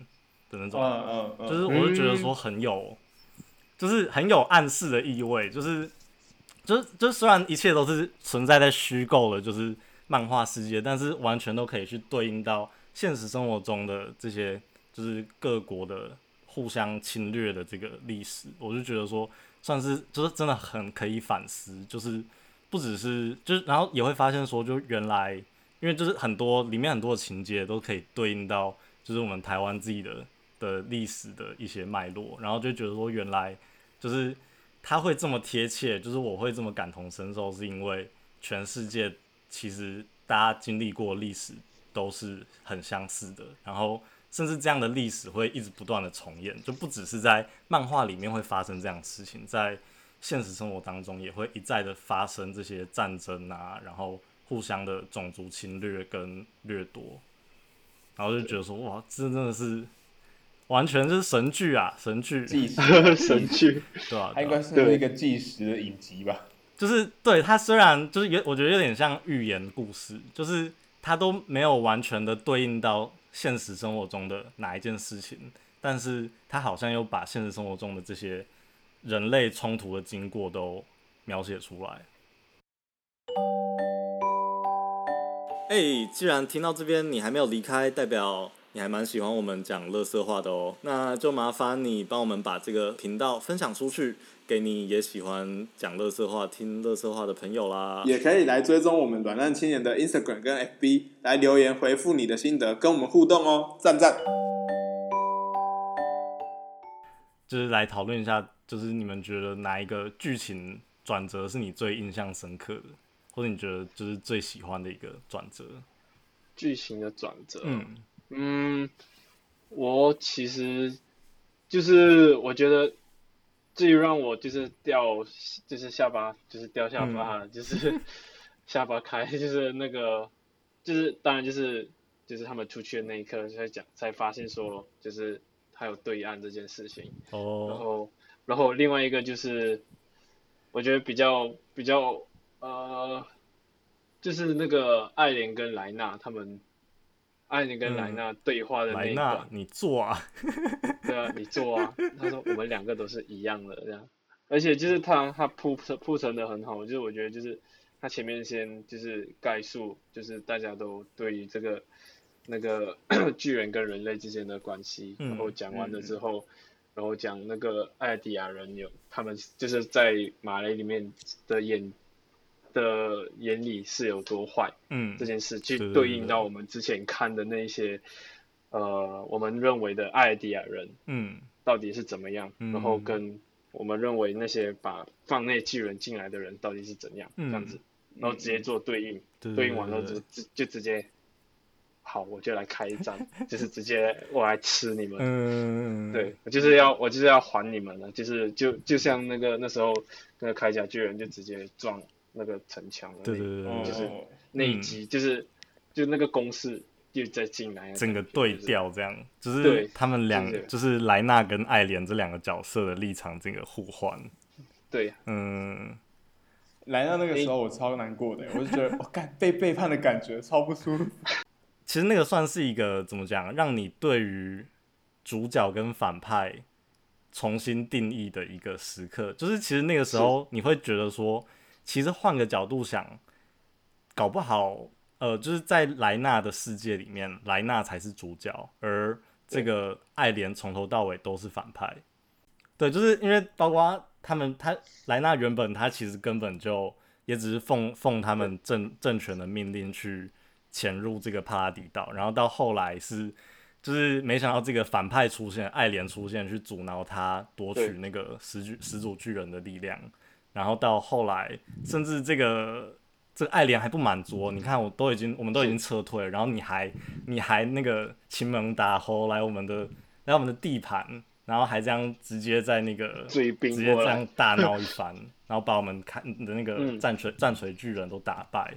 Speaker 2: 的那
Speaker 3: 哦
Speaker 2: 种
Speaker 1: 嗯嗯嗯，
Speaker 2: 就是我就觉得说很有，就是很有暗示的意味，就是就是就是虽然一切都是存在在虚构的，就是漫画世界，但是完全都可以去对应到现实生活中的这些，就是各国的互相侵略的这个历史，我就觉得说算是就是真的很可以反思，就是不只是就是然后也会发现说，就原来因为就是很多里面很多的情节都可以对应到就是我们台湾自己的的历史的一些脉络，然后就觉得说原来就是他会这么贴切，就是我会这么感同身受，是因为全世界其实大家经历过的历史都是很相似的，然后甚至这样的历史会一直不断的重演，就不只是在漫画里面会发生这样的事情，在现实生活当中也会一再的发生这些战争啊，然后互相的种族侵略跟掠夺，然后就觉得说哇，这真的是完全是神剧啊，神剧，
Speaker 1: 计时，
Speaker 3: 神剧，
Speaker 2: 对吧、啊？
Speaker 1: 它应该是
Speaker 3: 对
Speaker 1: 一个计时的影集吧？
Speaker 2: 就是对它虽然就是有，我觉得有点像寓言故事，就是它都没有完全的对应到现实生活中的哪一件事情，但是它好像又把现实生活中的这些人类冲突的经过都描写出来。哎、既然听到这边你还没有离开，代表你还蛮喜欢我们讲乐色话的哦。那就麻烦你帮我们把这个频道分享出去，给你也喜欢讲乐色话、听乐色话的朋友啦。
Speaker 1: 也可以来追踪我们软烂青年的 Instagram 跟 FB，来留言回复你的心得，跟我们互动哦，赞赞！
Speaker 2: 就是来讨论一下，就是你们觉得哪一个剧情转折是你最印象深刻的，或者你觉得就是最喜欢的一个转折？
Speaker 3: 剧情的转折，
Speaker 2: 嗯，
Speaker 3: 嗯，我其实就是我觉得最让我就是掉就是下巴就是掉下巴、就是 下巴开就是那个就是当然就是就是他们出去的那一刻才讲才发现说就是还有对岸这件事情，然
Speaker 2: 哦，
Speaker 3: 后然后另外一个就是我觉得比较比较呃就是那个爱莲跟莱纳他们。爱莲跟莱
Speaker 2: 嗯
Speaker 3: 纳对话的那
Speaker 2: 莱
Speaker 3: 一
Speaker 2: 纳
Speaker 3: 段，，
Speaker 2: 你做 啊，
Speaker 3: 对啊，你做啊。他说我们两个都是一样的这样，而且就是他他铺陈铺陈的很好，就是我觉得就是他前面先就是概述，就是大家都对于这个那个 巨人跟人类之间的关系，
Speaker 2: 嗯
Speaker 3: 然后讲完了
Speaker 1: 嗯
Speaker 3: 之后，然后讲那个艾迪亚人有他们就是在马雷里面的眼的眼里是有多坏，
Speaker 2: 嗯
Speaker 3: 这，件事去
Speaker 2: 对对
Speaker 3: 对应
Speaker 2: 对
Speaker 3: 到我们之前看的那一些，呃，我们认为的艾迪亚人
Speaker 2: 嗯，
Speaker 3: 到底是怎么样，
Speaker 2: 嗯
Speaker 3: 然后跟我们认为那些把放内巨人进来的人到底是怎样，
Speaker 2: 嗯
Speaker 3: 这样子，然后直接做对应，
Speaker 2: 对
Speaker 3: 对应完了
Speaker 2: 对
Speaker 3: 就
Speaker 2: 对
Speaker 3: 直就直接，好，我就来开一张，就是直接我来吃你们，
Speaker 2: 嗯，
Speaker 3: 对我就是要我就是要还你们了，就是就就像那个那时候那个铠甲巨人就直接撞那个城墙的那
Speaker 2: 对对嗯对对
Speaker 1: 哦
Speaker 2: 对，
Speaker 3: 就是那一集，就是就那个公式就再进来，
Speaker 2: 整个对，调这样，就是
Speaker 3: 对
Speaker 2: 他们两
Speaker 3: 是这，样
Speaker 2: 就是莱纳跟爱莲这两个角色的立场这个互换，
Speaker 3: 对，
Speaker 2: 嗯，
Speaker 1: 来到那个时候，我超难 过的，我就觉得我干被背叛的感觉超不舒服。
Speaker 2: 其实那个算是一个怎么讲，让你对于主角跟反派重新定义的一个时刻。就是其实那个时候你会觉得说，其实换个角度想，搞不好呃，就是在莱纳的世界里面，莱纳才是主角，而这个爱莲从头到尾都是反派。对，就是因为包括他们，他莱纳原本他其实根本就也只是奉奉他们政政权的命令去潜入这个帕拉迪岛，然后到后来是就是没想到这个反派出现，爱莲出现去阻挠他夺取
Speaker 3: 对
Speaker 2: 那个始祖始祖巨人的力量，然后到后来甚至这个这个爱莲还不满足
Speaker 3: 嗯
Speaker 2: 哦，你看我都已经我们都已经撤退了，然后你还你还那个秦门打吼来我们的来我们的地盘，然后还这样直接在那个
Speaker 3: 追兵
Speaker 2: 直接
Speaker 3: 过
Speaker 2: 这
Speaker 3: 来
Speaker 2: 样大闹一番， 然后把我们看的那个
Speaker 3: 嗯
Speaker 2: 战锤战锤巨人都打败，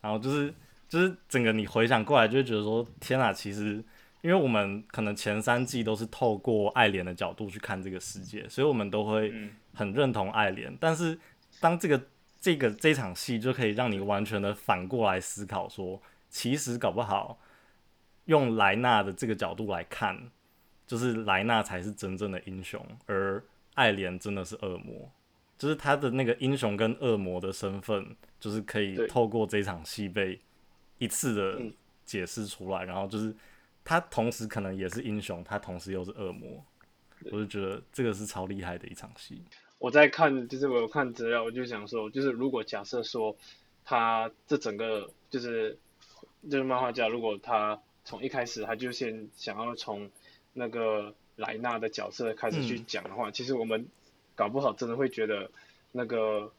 Speaker 2: 然后就是就是整个你回想过来就会觉得说天啊，其实因为我们可能前三季都是透过爱莲的角度去看这个世界，所以我们都会
Speaker 3: 嗯
Speaker 2: 很认同爱莲。但是当这个这个这场戏就可以让你完全的反过来思考说，其实搞不好用莱纳的这个角度来看，就是莱纳才是真正的英雄，而爱莲真的是恶魔。就是他的那个英雄跟恶魔的身份，就是可以
Speaker 3: 对
Speaker 2: 透过这场戏被一次的
Speaker 3: 嗯
Speaker 2: 解释出来，然后就是他同时可能也是英雄，他同时又是恶魔，我就觉得这个是超厉害的一场戏。
Speaker 3: 我在看，就是我有看资料，我就想说，就是如果假设说他这整个就是就是漫画家，如果他从一开始他就先想要从那个莱纳的角色开始
Speaker 2: 嗯
Speaker 3: 去讲的话，其实我们搞不好真的会觉得那个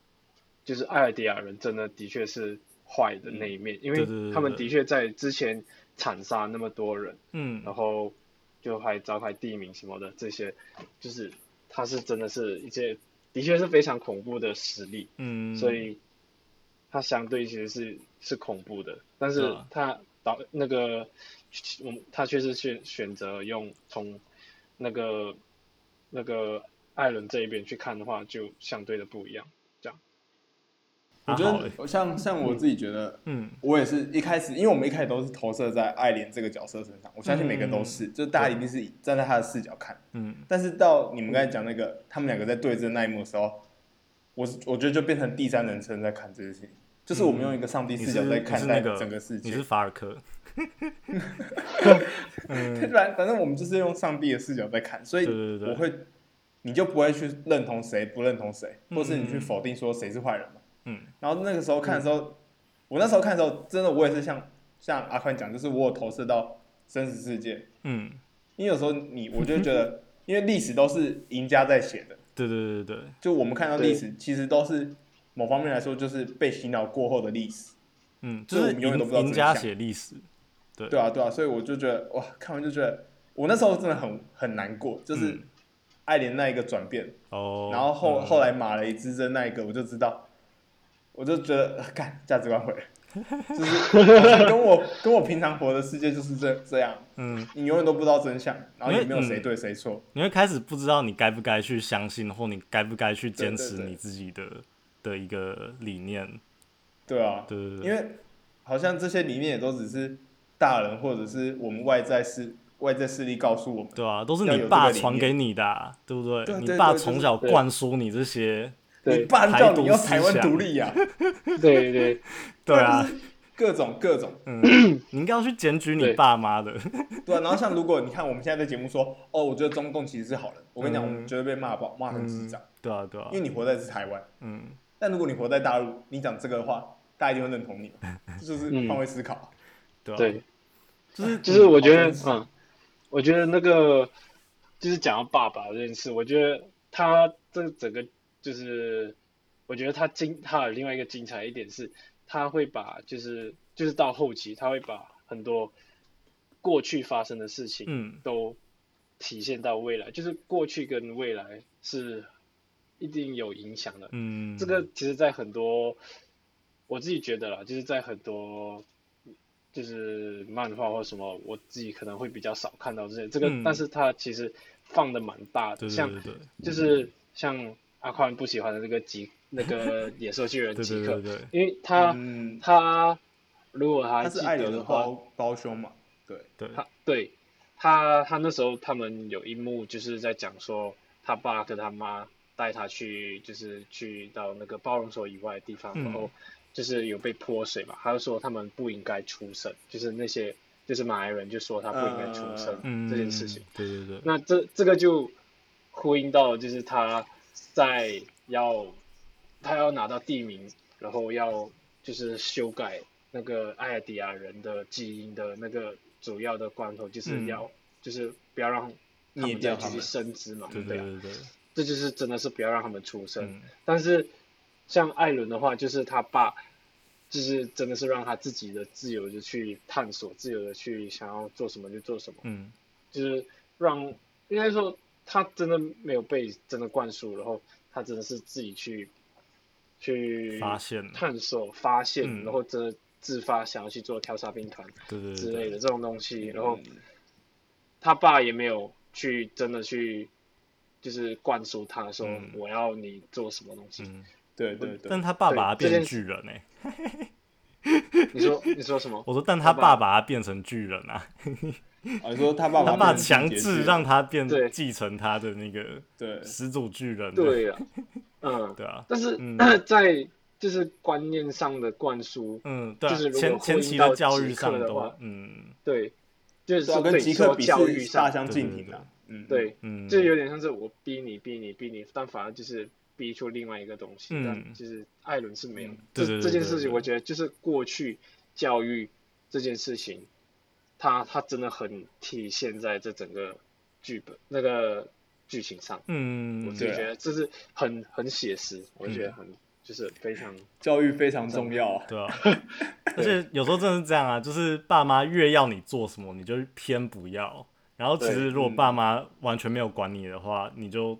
Speaker 3: 就是艾尔迪亚人真的的确是坏的那一面，因
Speaker 2: 对对对
Speaker 3: 为他们
Speaker 2: 对
Speaker 3: 的确在之前惨杀那么多人。
Speaker 2: 嗯，
Speaker 3: 然后就还召开地名什么的，这些就是他是真的是一些的确是非常恐怖的实力，
Speaker 2: 嗯，
Speaker 3: 所以它相对其实是是恐怖的，但
Speaker 2: 对
Speaker 3: 是
Speaker 2: 啊
Speaker 3: 它导那个我们他却是选选择用从那个那个艾伦这一边去看的话，就相对的不一样。
Speaker 1: 我
Speaker 2: 还
Speaker 1: 觉
Speaker 2: 好
Speaker 1: 得
Speaker 2: 欸，
Speaker 1: 我像像我自己觉得，
Speaker 2: 嗯，
Speaker 1: 我也是一开始，因为我们一开始都是投射在爱莲这个角色身上，我相信每个人都是，就大家一定是站在他的视角看。
Speaker 2: 嗯，
Speaker 1: 但是到你们刚才讲那个他们两个在对峙的那一幕的时候，我是我觉得就变成第三人称在看这件事情，就是我们用一个上帝
Speaker 2: 你
Speaker 1: 视
Speaker 2: 是
Speaker 1: 角在
Speaker 2: 嗯你
Speaker 1: 看
Speaker 2: 是
Speaker 1: 待
Speaker 2: 那个
Speaker 1: 整个世界。
Speaker 2: 你是法尔科，
Speaker 1: 对啊反反正我们就是用上帝的视角在看，所以
Speaker 2: 对对对
Speaker 1: 我会，你就不会去认同谁不认同谁，
Speaker 2: 嗯
Speaker 1: 或是你去否定说谁是坏人嘛。
Speaker 2: 嗯。
Speaker 1: 然后那个时候看的时候，我那时候看的时候，真的我也是像像阿宽讲，就是我有投射到真实世界，
Speaker 2: 嗯，
Speaker 1: 因为有时候你我就会觉 得，因为历史都是赢家在写的，
Speaker 2: 对对对对对，
Speaker 1: 就我们看到历史其实都是某方面来说就是被洗脑过后的历史。
Speaker 2: 嗯，
Speaker 1: 这
Speaker 2: 就
Speaker 1: 我
Speaker 2: 是
Speaker 1: 们永远都
Speaker 2: 赢
Speaker 1: 不知道
Speaker 2: 赢
Speaker 1: 真
Speaker 2: 家
Speaker 1: 相
Speaker 2: 写历史，对
Speaker 1: 对啊，对啊，所以我就觉得哇，看完就觉得我那时候真的很很难过，就是
Speaker 2: 嗯
Speaker 1: 爱莲那一个转变，
Speaker 2: 哦，
Speaker 1: 然后后、
Speaker 2: 嗯
Speaker 1: 后来马雷之争那一个，我就知道，我就觉得呃干价值观 毁了，就是好像跟我跟我平常活的世界就是这这样，
Speaker 2: 嗯，
Speaker 1: 你永远都不知道真相，然后也没有
Speaker 2: 因为
Speaker 1: 谁
Speaker 2: 嗯
Speaker 1: 对谁错，
Speaker 2: 你会开始不知道你该不该去相信，或你该不该去坚
Speaker 1: 对对
Speaker 2: 持
Speaker 1: 对
Speaker 2: 你自己的的一个理念，
Speaker 1: 对啊，
Speaker 2: 对对对，
Speaker 1: 因为好像这些理念也都只是大人或者是我们外在势外在势力告诉我们，
Speaker 2: 对啊，都是
Speaker 1: 要
Speaker 2: 你
Speaker 1: 有这
Speaker 2: 爸
Speaker 1: 个理
Speaker 2: 传
Speaker 1: 念
Speaker 2: 给你的啊、对不对？
Speaker 1: 对对
Speaker 2: 你爸
Speaker 1: 对
Speaker 2: 从
Speaker 1: 就是
Speaker 2: 小
Speaker 3: 对
Speaker 2: 灌输你这些，
Speaker 1: 你
Speaker 3: 对
Speaker 1: 爸叫
Speaker 2: 台独
Speaker 1: 你要
Speaker 2: 思
Speaker 1: 台湾
Speaker 2: 想
Speaker 1: 独立呀、
Speaker 3: 对对，
Speaker 2: 对啊， 嗯
Speaker 1: 各种各种。
Speaker 2: 你应该要去检举你
Speaker 3: 对
Speaker 2: 爸妈的，
Speaker 1: 对啊，然后像如果你看我们现在在节目说，哦，我觉得中共其实是好人，我跟你讲，
Speaker 2: 嗯
Speaker 1: 我们绝对被骂爆，骂成智障，
Speaker 2: 对啊，对啊
Speaker 1: 因，为你活在是台湾。
Speaker 2: 嗯，
Speaker 1: 但如果你活在大陆，你讲这个的话，大家一定会认同你 嘛，这就是
Speaker 3: 嗯
Speaker 1: 换位思考。
Speaker 2: 对啊，
Speaker 3: 对，
Speaker 2: 就是
Speaker 3: 就是我觉
Speaker 1: 好
Speaker 3: 得
Speaker 1: 真，实
Speaker 3: 嗯，我觉得那个就是讲到爸爸这件事，我觉得他这整个就是，我觉得他精他有另外一个精彩一点是，他会把就是就是到后期他会把很多过去发生的事情
Speaker 2: 嗯，
Speaker 3: 都体现到未来，就是过去跟未来是一定有影响的。
Speaker 2: 嗯，
Speaker 3: 这个其实在很多我自己觉得啦，就是在很多就是漫画或什么，我自己可能会比较少看到这些这个，
Speaker 2: 嗯
Speaker 3: 但是它其实放的蛮大的，
Speaker 2: 对对对
Speaker 3: 像
Speaker 2: 对
Speaker 3: 就是像阿宽不喜欢的那个极那个野兽巨 人
Speaker 2: 对
Speaker 3: 极
Speaker 2: 对
Speaker 3: 客
Speaker 2: 对，对，
Speaker 3: 因为他、
Speaker 1: 嗯，
Speaker 3: 他如果还
Speaker 1: 他
Speaker 3: 记
Speaker 1: 是爱
Speaker 3: 得
Speaker 1: 莲的
Speaker 3: 的话，
Speaker 1: 胞胞兄嘛，对，
Speaker 2: 对
Speaker 3: 他对他他那时候他们有一幕就是在讲说他爸跟他妈带他去就是去到那个包容所以外的地方，
Speaker 2: 嗯
Speaker 3: 然后就是有被泼水嘛，他就说他们不应该出生，就是那些就是马来人就说他不应该出生、
Speaker 2: 嗯，
Speaker 3: 这件事情。，啊
Speaker 2: 对对对，
Speaker 3: 那这这个就呼应到就是他在要他要拿到地名，然后要就是修改那个艾尔迪亚人的基因的那个主要的关头，就是要、就是不要让他
Speaker 1: 灭
Speaker 3: 们
Speaker 1: 掉
Speaker 3: 再
Speaker 1: 他
Speaker 3: 继续
Speaker 1: 们，
Speaker 3: 生殖嘛，
Speaker 2: 对
Speaker 3: 对
Speaker 2: 对
Speaker 3: 啊，
Speaker 2: 对对，
Speaker 3: 这就是真的是不要让他们出生。
Speaker 2: 嗯，
Speaker 3: 但是像艾伦的话，就是他爸，就是真的是让他自己的自由的去探索，自由的去想要做什么就做什么。
Speaker 2: 嗯，
Speaker 3: 就是让应该说他真的没有被真的灌输，然后他真的是自己去去
Speaker 2: 发现了，
Speaker 3: 探索、发现，
Speaker 2: 嗯
Speaker 3: 然后真的自发想要去做跳沙兵团
Speaker 2: 对对
Speaker 3: 之
Speaker 2: 对
Speaker 3: 类
Speaker 2: 对，
Speaker 3: 的这种东西，然后
Speaker 1: 嗯
Speaker 3: 他爸也没有去真的去就是灌输他说
Speaker 2: 嗯
Speaker 3: 我要你做什么东西。
Speaker 2: 嗯，
Speaker 1: 对对对，
Speaker 2: 但他爸把他
Speaker 3: 对
Speaker 2: 变成
Speaker 3: 这
Speaker 2: 巨人哎，
Speaker 3: 你说你说什 么？
Speaker 2: 我说，但他
Speaker 3: 他
Speaker 2: 爸
Speaker 3: 爸
Speaker 2: 把他变成巨人啊，
Speaker 1: 啊，你说他爸
Speaker 2: 他
Speaker 1: 爸
Speaker 2: 爸
Speaker 1: 变成
Speaker 2: 强
Speaker 1: 结
Speaker 2: 制
Speaker 1: 局
Speaker 2: 让他变
Speaker 3: 对
Speaker 2: 继承他的那个
Speaker 1: 对
Speaker 2: 始祖巨人的，
Speaker 3: 对啊，嗯，
Speaker 2: 对啊，
Speaker 3: 但是、
Speaker 2: 嗯
Speaker 3: 在就是观念上的灌输，
Speaker 2: 嗯，对啊
Speaker 3: 就是如，果
Speaker 2: 前
Speaker 3: 呼
Speaker 2: 前
Speaker 3: 应
Speaker 2: 期
Speaker 3: 到
Speaker 2: 的教
Speaker 3: 极
Speaker 2: 育
Speaker 3: 客
Speaker 2: 上
Speaker 3: 的
Speaker 2: 都
Speaker 3: 话，
Speaker 2: 嗯
Speaker 3: 对，就是
Speaker 1: 对啊，
Speaker 3: 说
Speaker 1: 跟
Speaker 3: 对
Speaker 1: 极
Speaker 3: 说
Speaker 1: 客比
Speaker 3: 教育
Speaker 1: 是大
Speaker 3: 上，
Speaker 1: 相径庭
Speaker 2: 对对
Speaker 1: 啊，嗯，嗯，
Speaker 3: 对，
Speaker 2: 嗯，
Speaker 3: 就有点像是我逼你逼你逼你，但反而就是逼出另外一个东西。
Speaker 2: 嗯
Speaker 3: 但就是艾伦是没有
Speaker 1: 嗯
Speaker 3: 这
Speaker 2: 对对对
Speaker 3: 这件
Speaker 2: 对
Speaker 3: 事情，
Speaker 2: 对
Speaker 3: 我觉得就是过去教育这件事情，它它真的很体现在这整个剧本那个剧情上。
Speaker 2: 嗯，
Speaker 3: 我自己
Speaker 1: 对啊
Speaker 3: 觉得这是很很写实，我觉得很就是非常
Speaker 1: 教育非常重要啊，
Speaker 2: 对 啊，而且有时候真的是这样啊，就是爸妈越要你做什么，你就偏不要。然后其实
Speaker 3: 对
Speaker 2: 如果
Speaker 1: 嗯
Speaker 2: 爸妈完全没有管你的话，你就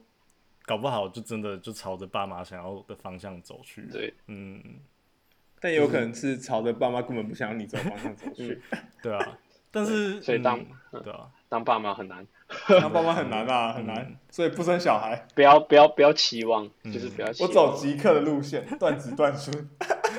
Speaker 2: 搞不好就真的就朝着爸妈想要的方向走去。，
Speaker 3: 对，
Speaker 2: 嗯，
Speaker 1: 但也有可能是朝着爸妈根本不想让你走的方向走去，
Speaker 2: 对啊。但是，
Speaker 3: 所以当
Speaker 2: 嗯、对啊，
Speaker 3: 当爸妈很难。
Speaker 1: 那爸妈很难啊，很难，所以不生小孩，
Speaker 3: 不要不要不要期望，
Speaker 2: 嗯
Speaker 3: 就是不要期
Speaker 1: 我
Speaker 3: 望。
Speaker 1: 走极客的路线，断子断孙，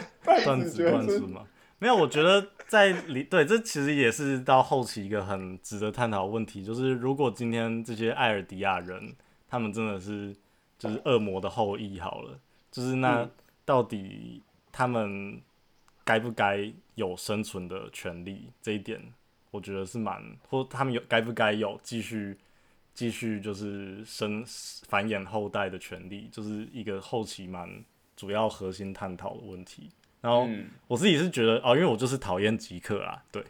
Speaker 2: 断
Speaker 1: 子
Speaker 2: 子
Speaker 1: 绝
Speaker 2: 断孙
Speaker 1: 孙，
Speaker 2: 嘛。没有，我觉得在里对，这其实也是到后期一个很值得探讨的问题，就是如果今天这些艾尔迪亚人，他们真的是就是恶魔的后裔好了，就是那
Speaker 3: 嗯
Speaker 2: 到底他们该不该有生存的权利？这一点我觉得是蛮，或他们有该不该有继续继续就是生繁衍后代的权利，就是一个后期蛮主要核心探讨的问题。然后
Speaker 1: 嗯
Speaker 2: 我自己是觉得哦，因为我就是讨厌极客啊，对，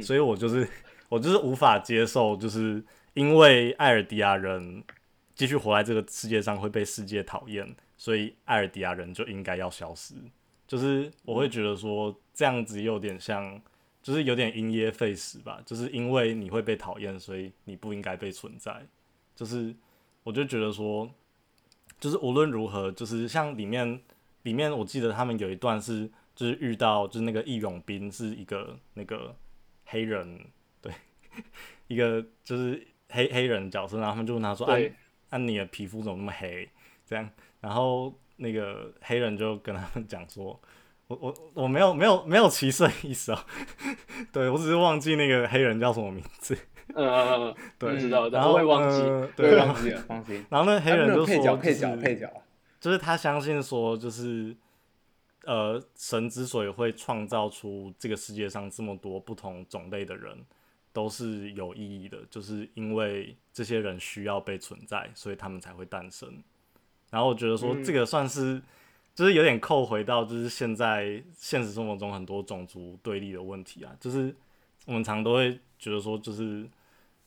Speaker 2: 所以我就是我就是无法接受，就是因为艾尔迪亚人继续活在这个世界上会被世界讨厌，所以艾尔迪亚人就应该要消失。就是我会觉得说这样子有点像，就是有点因噎废食吧，就是因为你会被讨厌，所以你不应该被存在。就是我就觉得说，就是无论如何，就是像里面里面我记得他们有一段是就是遇到就是那个义勇兵是一个那个黑人，对， 一个就是黑黑人角色，然后他们就问他说，
Speaker 3: 对
Speaker 2: 啊啊你的皮肤怎么那么黑？这样，然后那个黑人就跟他们讲说。我我我没有没有没有歧视的意思哦， 对我只是忘记那个黑人叫什么名字，
Speaker 3: 呃，
Speaker 2: 对
Speaker 3: 我知道，
Speaker 2: 然
Speaker 3: 然
Speaker 2: 后
Speaker 3: 后会忘记。
Speaker 2: 呃
Speaker 1: 对，嗯
Speaker 2: 对，
Speaker 1: 忘记了，放心，
Speaker 2: 然后那个黑人就说、就是
Speaker 1: 配角配角配角啊，
Speaker 2: 就是他相信说，就是呃，神之所以会创造出这个世界上这么多不同种类的人，都是有意义的，就是因为这些人需要被存在，所以他们才会诞生。然后我觉得说，
Speaker 3: 嗯
Speaker 2: 这个算是、就是有点扣回到就是现在现实生活中很多种族对立的问题啊，就是我们常都会觉得说，就是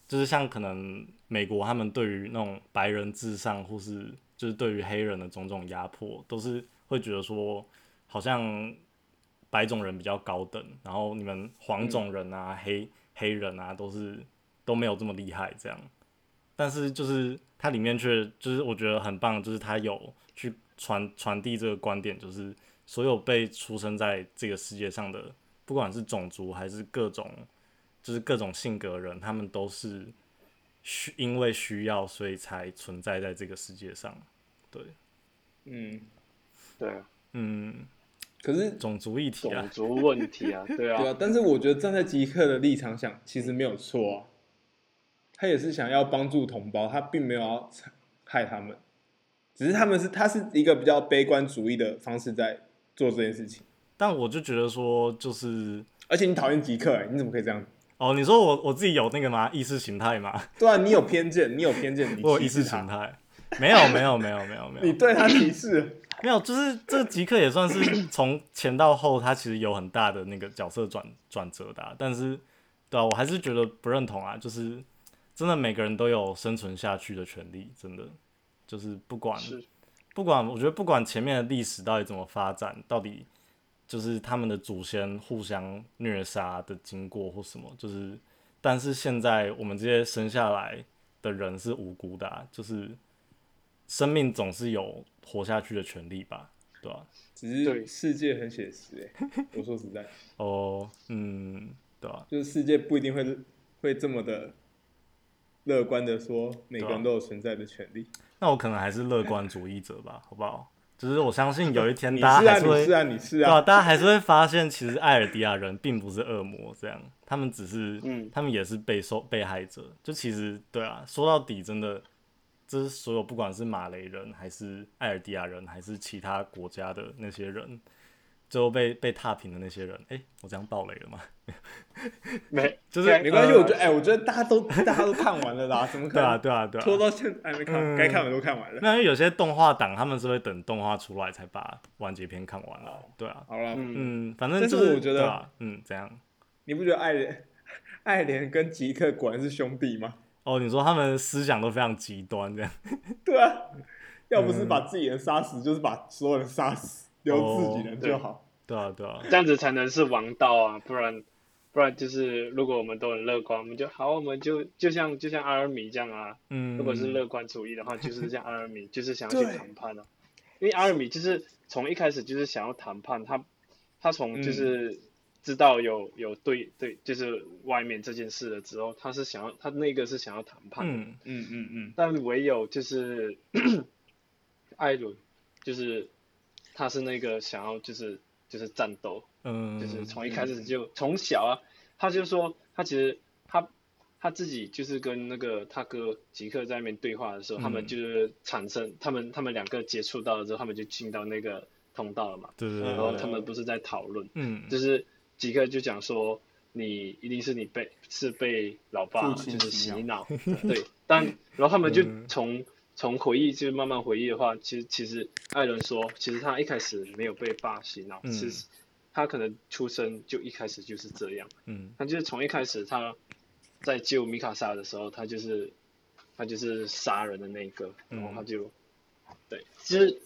Speaker 2: 就是像可能美国他们对于那种白人至上，或是就是对于黑人的种种压迫，都是会觉得说好像白种人比较高等，然后你们黄种人啊、黑黑人啊都是都没有这么厉害这样。但是就是它里面却就是我觉得很棒，就是它有去传传递这个观点，就是所有被出生在这个世界上的，不管是种族还是各种，就是各种性格的人，他们都是需因为需要，所以才存在在这个世界上。对，
Speaker 1: 嗯，
Speaker 3: 对啊，
Speaker 2: 嗯，
Speaker 1: 可是
Speaker 2: 种族议题
Speaker 3: 种
Speaker 2: 啊，
Speaker 3: 族问题啊，对
Speaker 1: 对
Speaker 3: 啊，
Speaker 1: 啊，但是我觉得站在极客的立场想，其实没有错啊。他也是想要帮助同胞，他并没有要害他们，只是他们是他是一个比较悲观主义的方式在做这件事情。
Speaker 2: 但我就觉得说，就是
Speaker 1: 而且你讨厌极客、欸，你怎么可以这样？
Speaker 2: 哦，你说我我自己有那个吗？意识形态吗？
Speaker 1: 对啊，你有偏见，你有偏见，你
Speaker 2: 我有
Speaker 1: 歧
Speaker 2: 意识
Speaker 3: 啊
Speaker 1: 视
Speaker 2: 形
Speaker 1: 他，
Speaker 2: 态？没有，没有，没有，没有，没有。
Speaker 1: 你对他歧视。
Speaker 2: 没有，就是这个极客也算是从前到后，他其实有很大的那个角色转转折的啊、但是，对啊，我还是觉得不认同啊，就是真的每个人都有生存下去的权利，真的就是不管
Speaker 3: 是
Speaker 2: 不管，我觉得不管前面的历史到底怎么发展，到底就是他们的祖先互相虐杀的经过或什么，就是，但是现在我们这些生下来的人是无辜的、啊，就是生命总是有活下去的权利吧，对吧、
Speaker 1: 只是
Speaker 3: 对
Speaker 1: 世界很写实、欸，我说实在，
Speaker 2: 哦，嗯，对吧、
Speaker 1: 就是世界不一定会会这么的乐观的说，每个人
Speaker 2: 啊
Speaker 1: 都有存在的权利。
Speaker 2: 那我可能还是乐观主义者吧，好不好？就是我相信有一天
Speaker 1: 你是
Speaker 2: 大家
Speaker 1: 啊，
Speaker 2: 还是
Speaker 1: 你
Speaker 2: 会
Speaker 1: 是啊，你是
Speaker 2: 对啊，
Speaker 1: 啊，
Speaker 2: 大家还是会发现，其实艾尔迪亚人并不是恶魔，这样，他们只是，
Speaker 3: 嗯
Speaker 2: 他们也是被受被害者。就其实，对啊，说到底，真的，这是所有不管是马雷人，还是艾尔迪亚人，还是其他国家的那些人，最后被被踏平的那些人，诶，我这样暴雷了吗？
Speaker 3: 没
Speaker 2: 就是
Speaker 3: 对
Speaker 1: 没关系。我觉得，
Speaker 3: 呃
Speaker 1: 哎、我觉得大家都大家都看完了啦，怎么可
Speaker 2: 对啊，
Speaker 1: 能
Speaker 2: 对啊，对啊。
Speaker 1: 拖到现在还没看完？
Speaker 2: 嗯
Speaker 1: 该、看的都看完了。
Speaker 2: 那因为有些动画党，他们是会等动画出来才把完结篇看完了，对啊，
Speaker 1: 好了，
Speaker 3: 嗯，
Speaker 2: 嗯，反正
Speaker 1: 哦但
Speaker 2: 就是是
Speaker 1: 我觉得
Speaker 2: 对啊、嗯，怎样？
Speaker 1: 你不觉得爱莲、爱莲跟吉克果然是兄弟吗？
Speaker 2: 哦，你说他们思想都非常极端，这样。
Speaker 1: 对啊，要不是把自己人杀死，就是把所有人杀死，留自己人就好。
Speaker 2: 对啊，对啊，
Speaker 3: 这样子才能是王道啊，不然不然就是如果我们都很乐观，我们就好，我们就就像就像阿尔米这样啊，
Speaker 2: 嗯，
Speaker 3: 如果是乐观主义的话，就是像阿尔米，就是想要去谈判啊。因为阿尔米就是从一开始就是想要谈判，他他从就是知道有、有对对，就是外面这件事了之后，他是想要他那个是想要谈判，
Speaker 2: 嗯，
Speaker 1: 嗯嗯嗯，
Speaker 3: 但唯有就是 艾伦，就是他是那个想要就是就是战斗，
Speaker 2: 嗯，
Speaker 3: 就是从一开始就从小啊，他就说他其实他他自己就是跟那个他哥吉克在那边对话的时候，他们
Speaker 2: 嗯
Speaker 3: 就是产生他们他们两个接触到了之后，他们就进到那个通道了嘛，
Speaker 2: 对对对
Speaker 3: 然后
Speaker 2: 对，
Speaker 3: 他们不是在讨论，
Speaker 2: 嗯，
Speaker 3: 嗯就是吉克就讲说，你一定是你被是被老爸
Speaker 1: 父亲
Speaker 3: 就是
Speaker 1: 洗
Speaker 3: 洗脑，对， 但然后他们就
Speaker 2: 嗯
Speaker 3: 从、从回忆就是慢慢回忆的话，其实其实艾伦说，其实他一开始没有被爸洗脑，
Speaker 2: 嗯
Speaker 3: 其实他可能出生就一开始就是这样，
Speaker 2: 嗯
Speaker 3: 他就是从一开始他在救米卡莎的时候，他就是他就是杀人的那一个，然后
Speaker 2: 嗯
Speaker 3: 他就、对，其实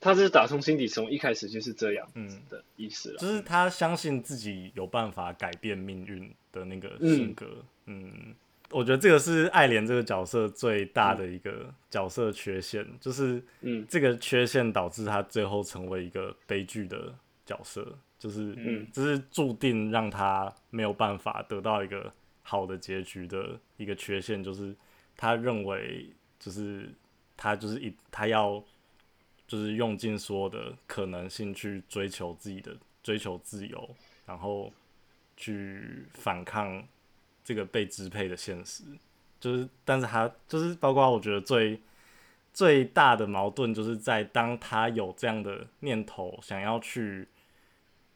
Speaker 3: 他是打从心底从一开始就是这样
Speaker 2: 嗯，
Speaker 3: 的意思了。
Speaker 2: 就是他相信自己有办法改变命运的那个性格，嗯，我觉得这个是爱莲这个角色最大的一个角色缺陷，就是
Speaker 3: 嗯
Speaker 2: 这个缺陷导致他最后成为一个悲剧的角色，就是
Speaker 1: 嗯
Speaker 2: 这是注定让他没有办法得到一个好的结局的一个缺陷，就是他认为就是他就是一他要就是用尽所有的可能性去追求自己的追求自由，然后去反抗这个被支配的现实，就是但是他就是包括我觉得最。最大的矛盾就是在当他有这样的念头，想要去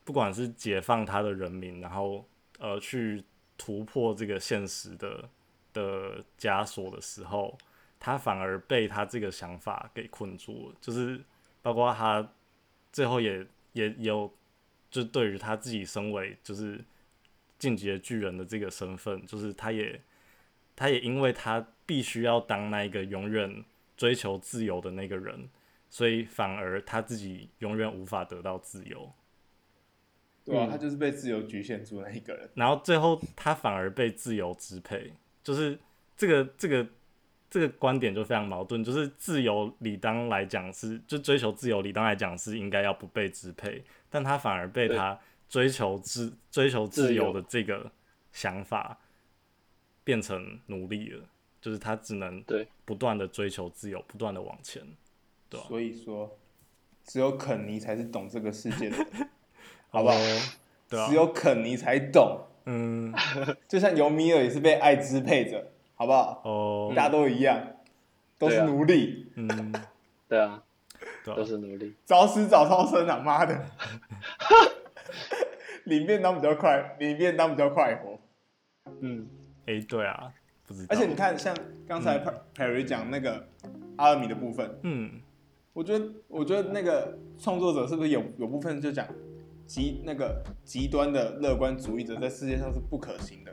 Speaker 2: 不管是解放他的人民，然后呃去突破这个现实的的枷锁的时候，他反而被他这个想法给困住了，就是包括他最后也也也有就对于他自己身为就是进阶巨人的这个身份，就是他也他也因为他必须要当那一个永远追求自由的那个人，所以反而他自己永远无法得到自由。
Speaker 1: 对啊，
Speaker 3: 嗯
Speaker 1: 他就是被自由局限住那一个人。
Speaker 2: 然后最后他反而被自由支配，就是这个这个这个观点就非常矛盾，就是自由理当来讲是，就追求自由理当来讲是应该要不被支配，但他反而被
Speaker 3: 对
Speaker 2: 他追求自追求自由
Speaker 3: 自由
Speaker 2: 的这个想法变成奴隶了，就是他只能
Speaker 3: 对
Speaker 2: 不断的追求自由，不断的往前。对啊
Speaker 1: 所以说，只有肯尼才是懂这个世界的人，
Speaker 2: 好
Speaker 1: 不好
Speaker 2: 咯？对啊
Speaker 1: 只，有肯尼才懂。
Speaker 2: 嗯，
Speaker 1: 就像尤米尔也是被爱支配着，好不好？
Speaker 2: 哦，
Speaker 3: 嗯
Speaker 1: 大家都一样，都
Speaker 3: 对
Speaker 1: 是
Speaker 3: 啊
Speaker 1: 奴隶，
Speaker 2: 嗯，
Speaker 3: 对啊，
Speaker 2: 对啊
Speaker 3: 都是奴隶。
Speaker 1: 早死早超生啊！妈的， 领便当比较快，领便当比较快活。
Speaker 3: 嗯，
Speaker 2: 诶，对啊，不知道，
Speaker 1: 而且你看，像刚才 Perry 讲那个阿尔米的部分，
Speaker 2: 嗯，
Speaker 1: 我觉得，我觉得那个创作者是不是有有部分就讲极那个极端的乐观主义者在世界上是不可行的？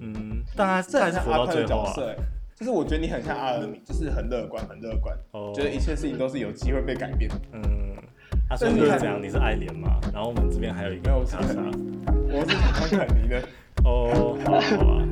Speaker 2: 嗯，但他
Speaker 1: 这
Speaker 2: 他还
Speaker 1: 很
Speaker 2: 是
Speaker 1: 像
Speaker 2: 活
Speaker 1: 阿
Speaker 2: 到
Speaker 1: 宽
Speaker 2: 最
Speaker 1: 的
Speaker 2: 后
Speaker 1: 角
Speaker 2: 啊
Speaker 1: 色、，欸，就是我觉得你很像阿尔米，就是很乐观，很乐观，
Speaker 2: 哦，
Speaker 1: 觉得一切事情都是有机会被改变。
Speaker 2: 嗯，他说你是怎样？你是爱莲 吗？然后我们这边还有一
Speaker 1: 没
Speaker 2: 个
Speaker 1: 有我是
Speaker 2: 卡莎。
Speaker 1: 我是喜欢肯尼的，
Speaker 2: 哦，好啊好啊，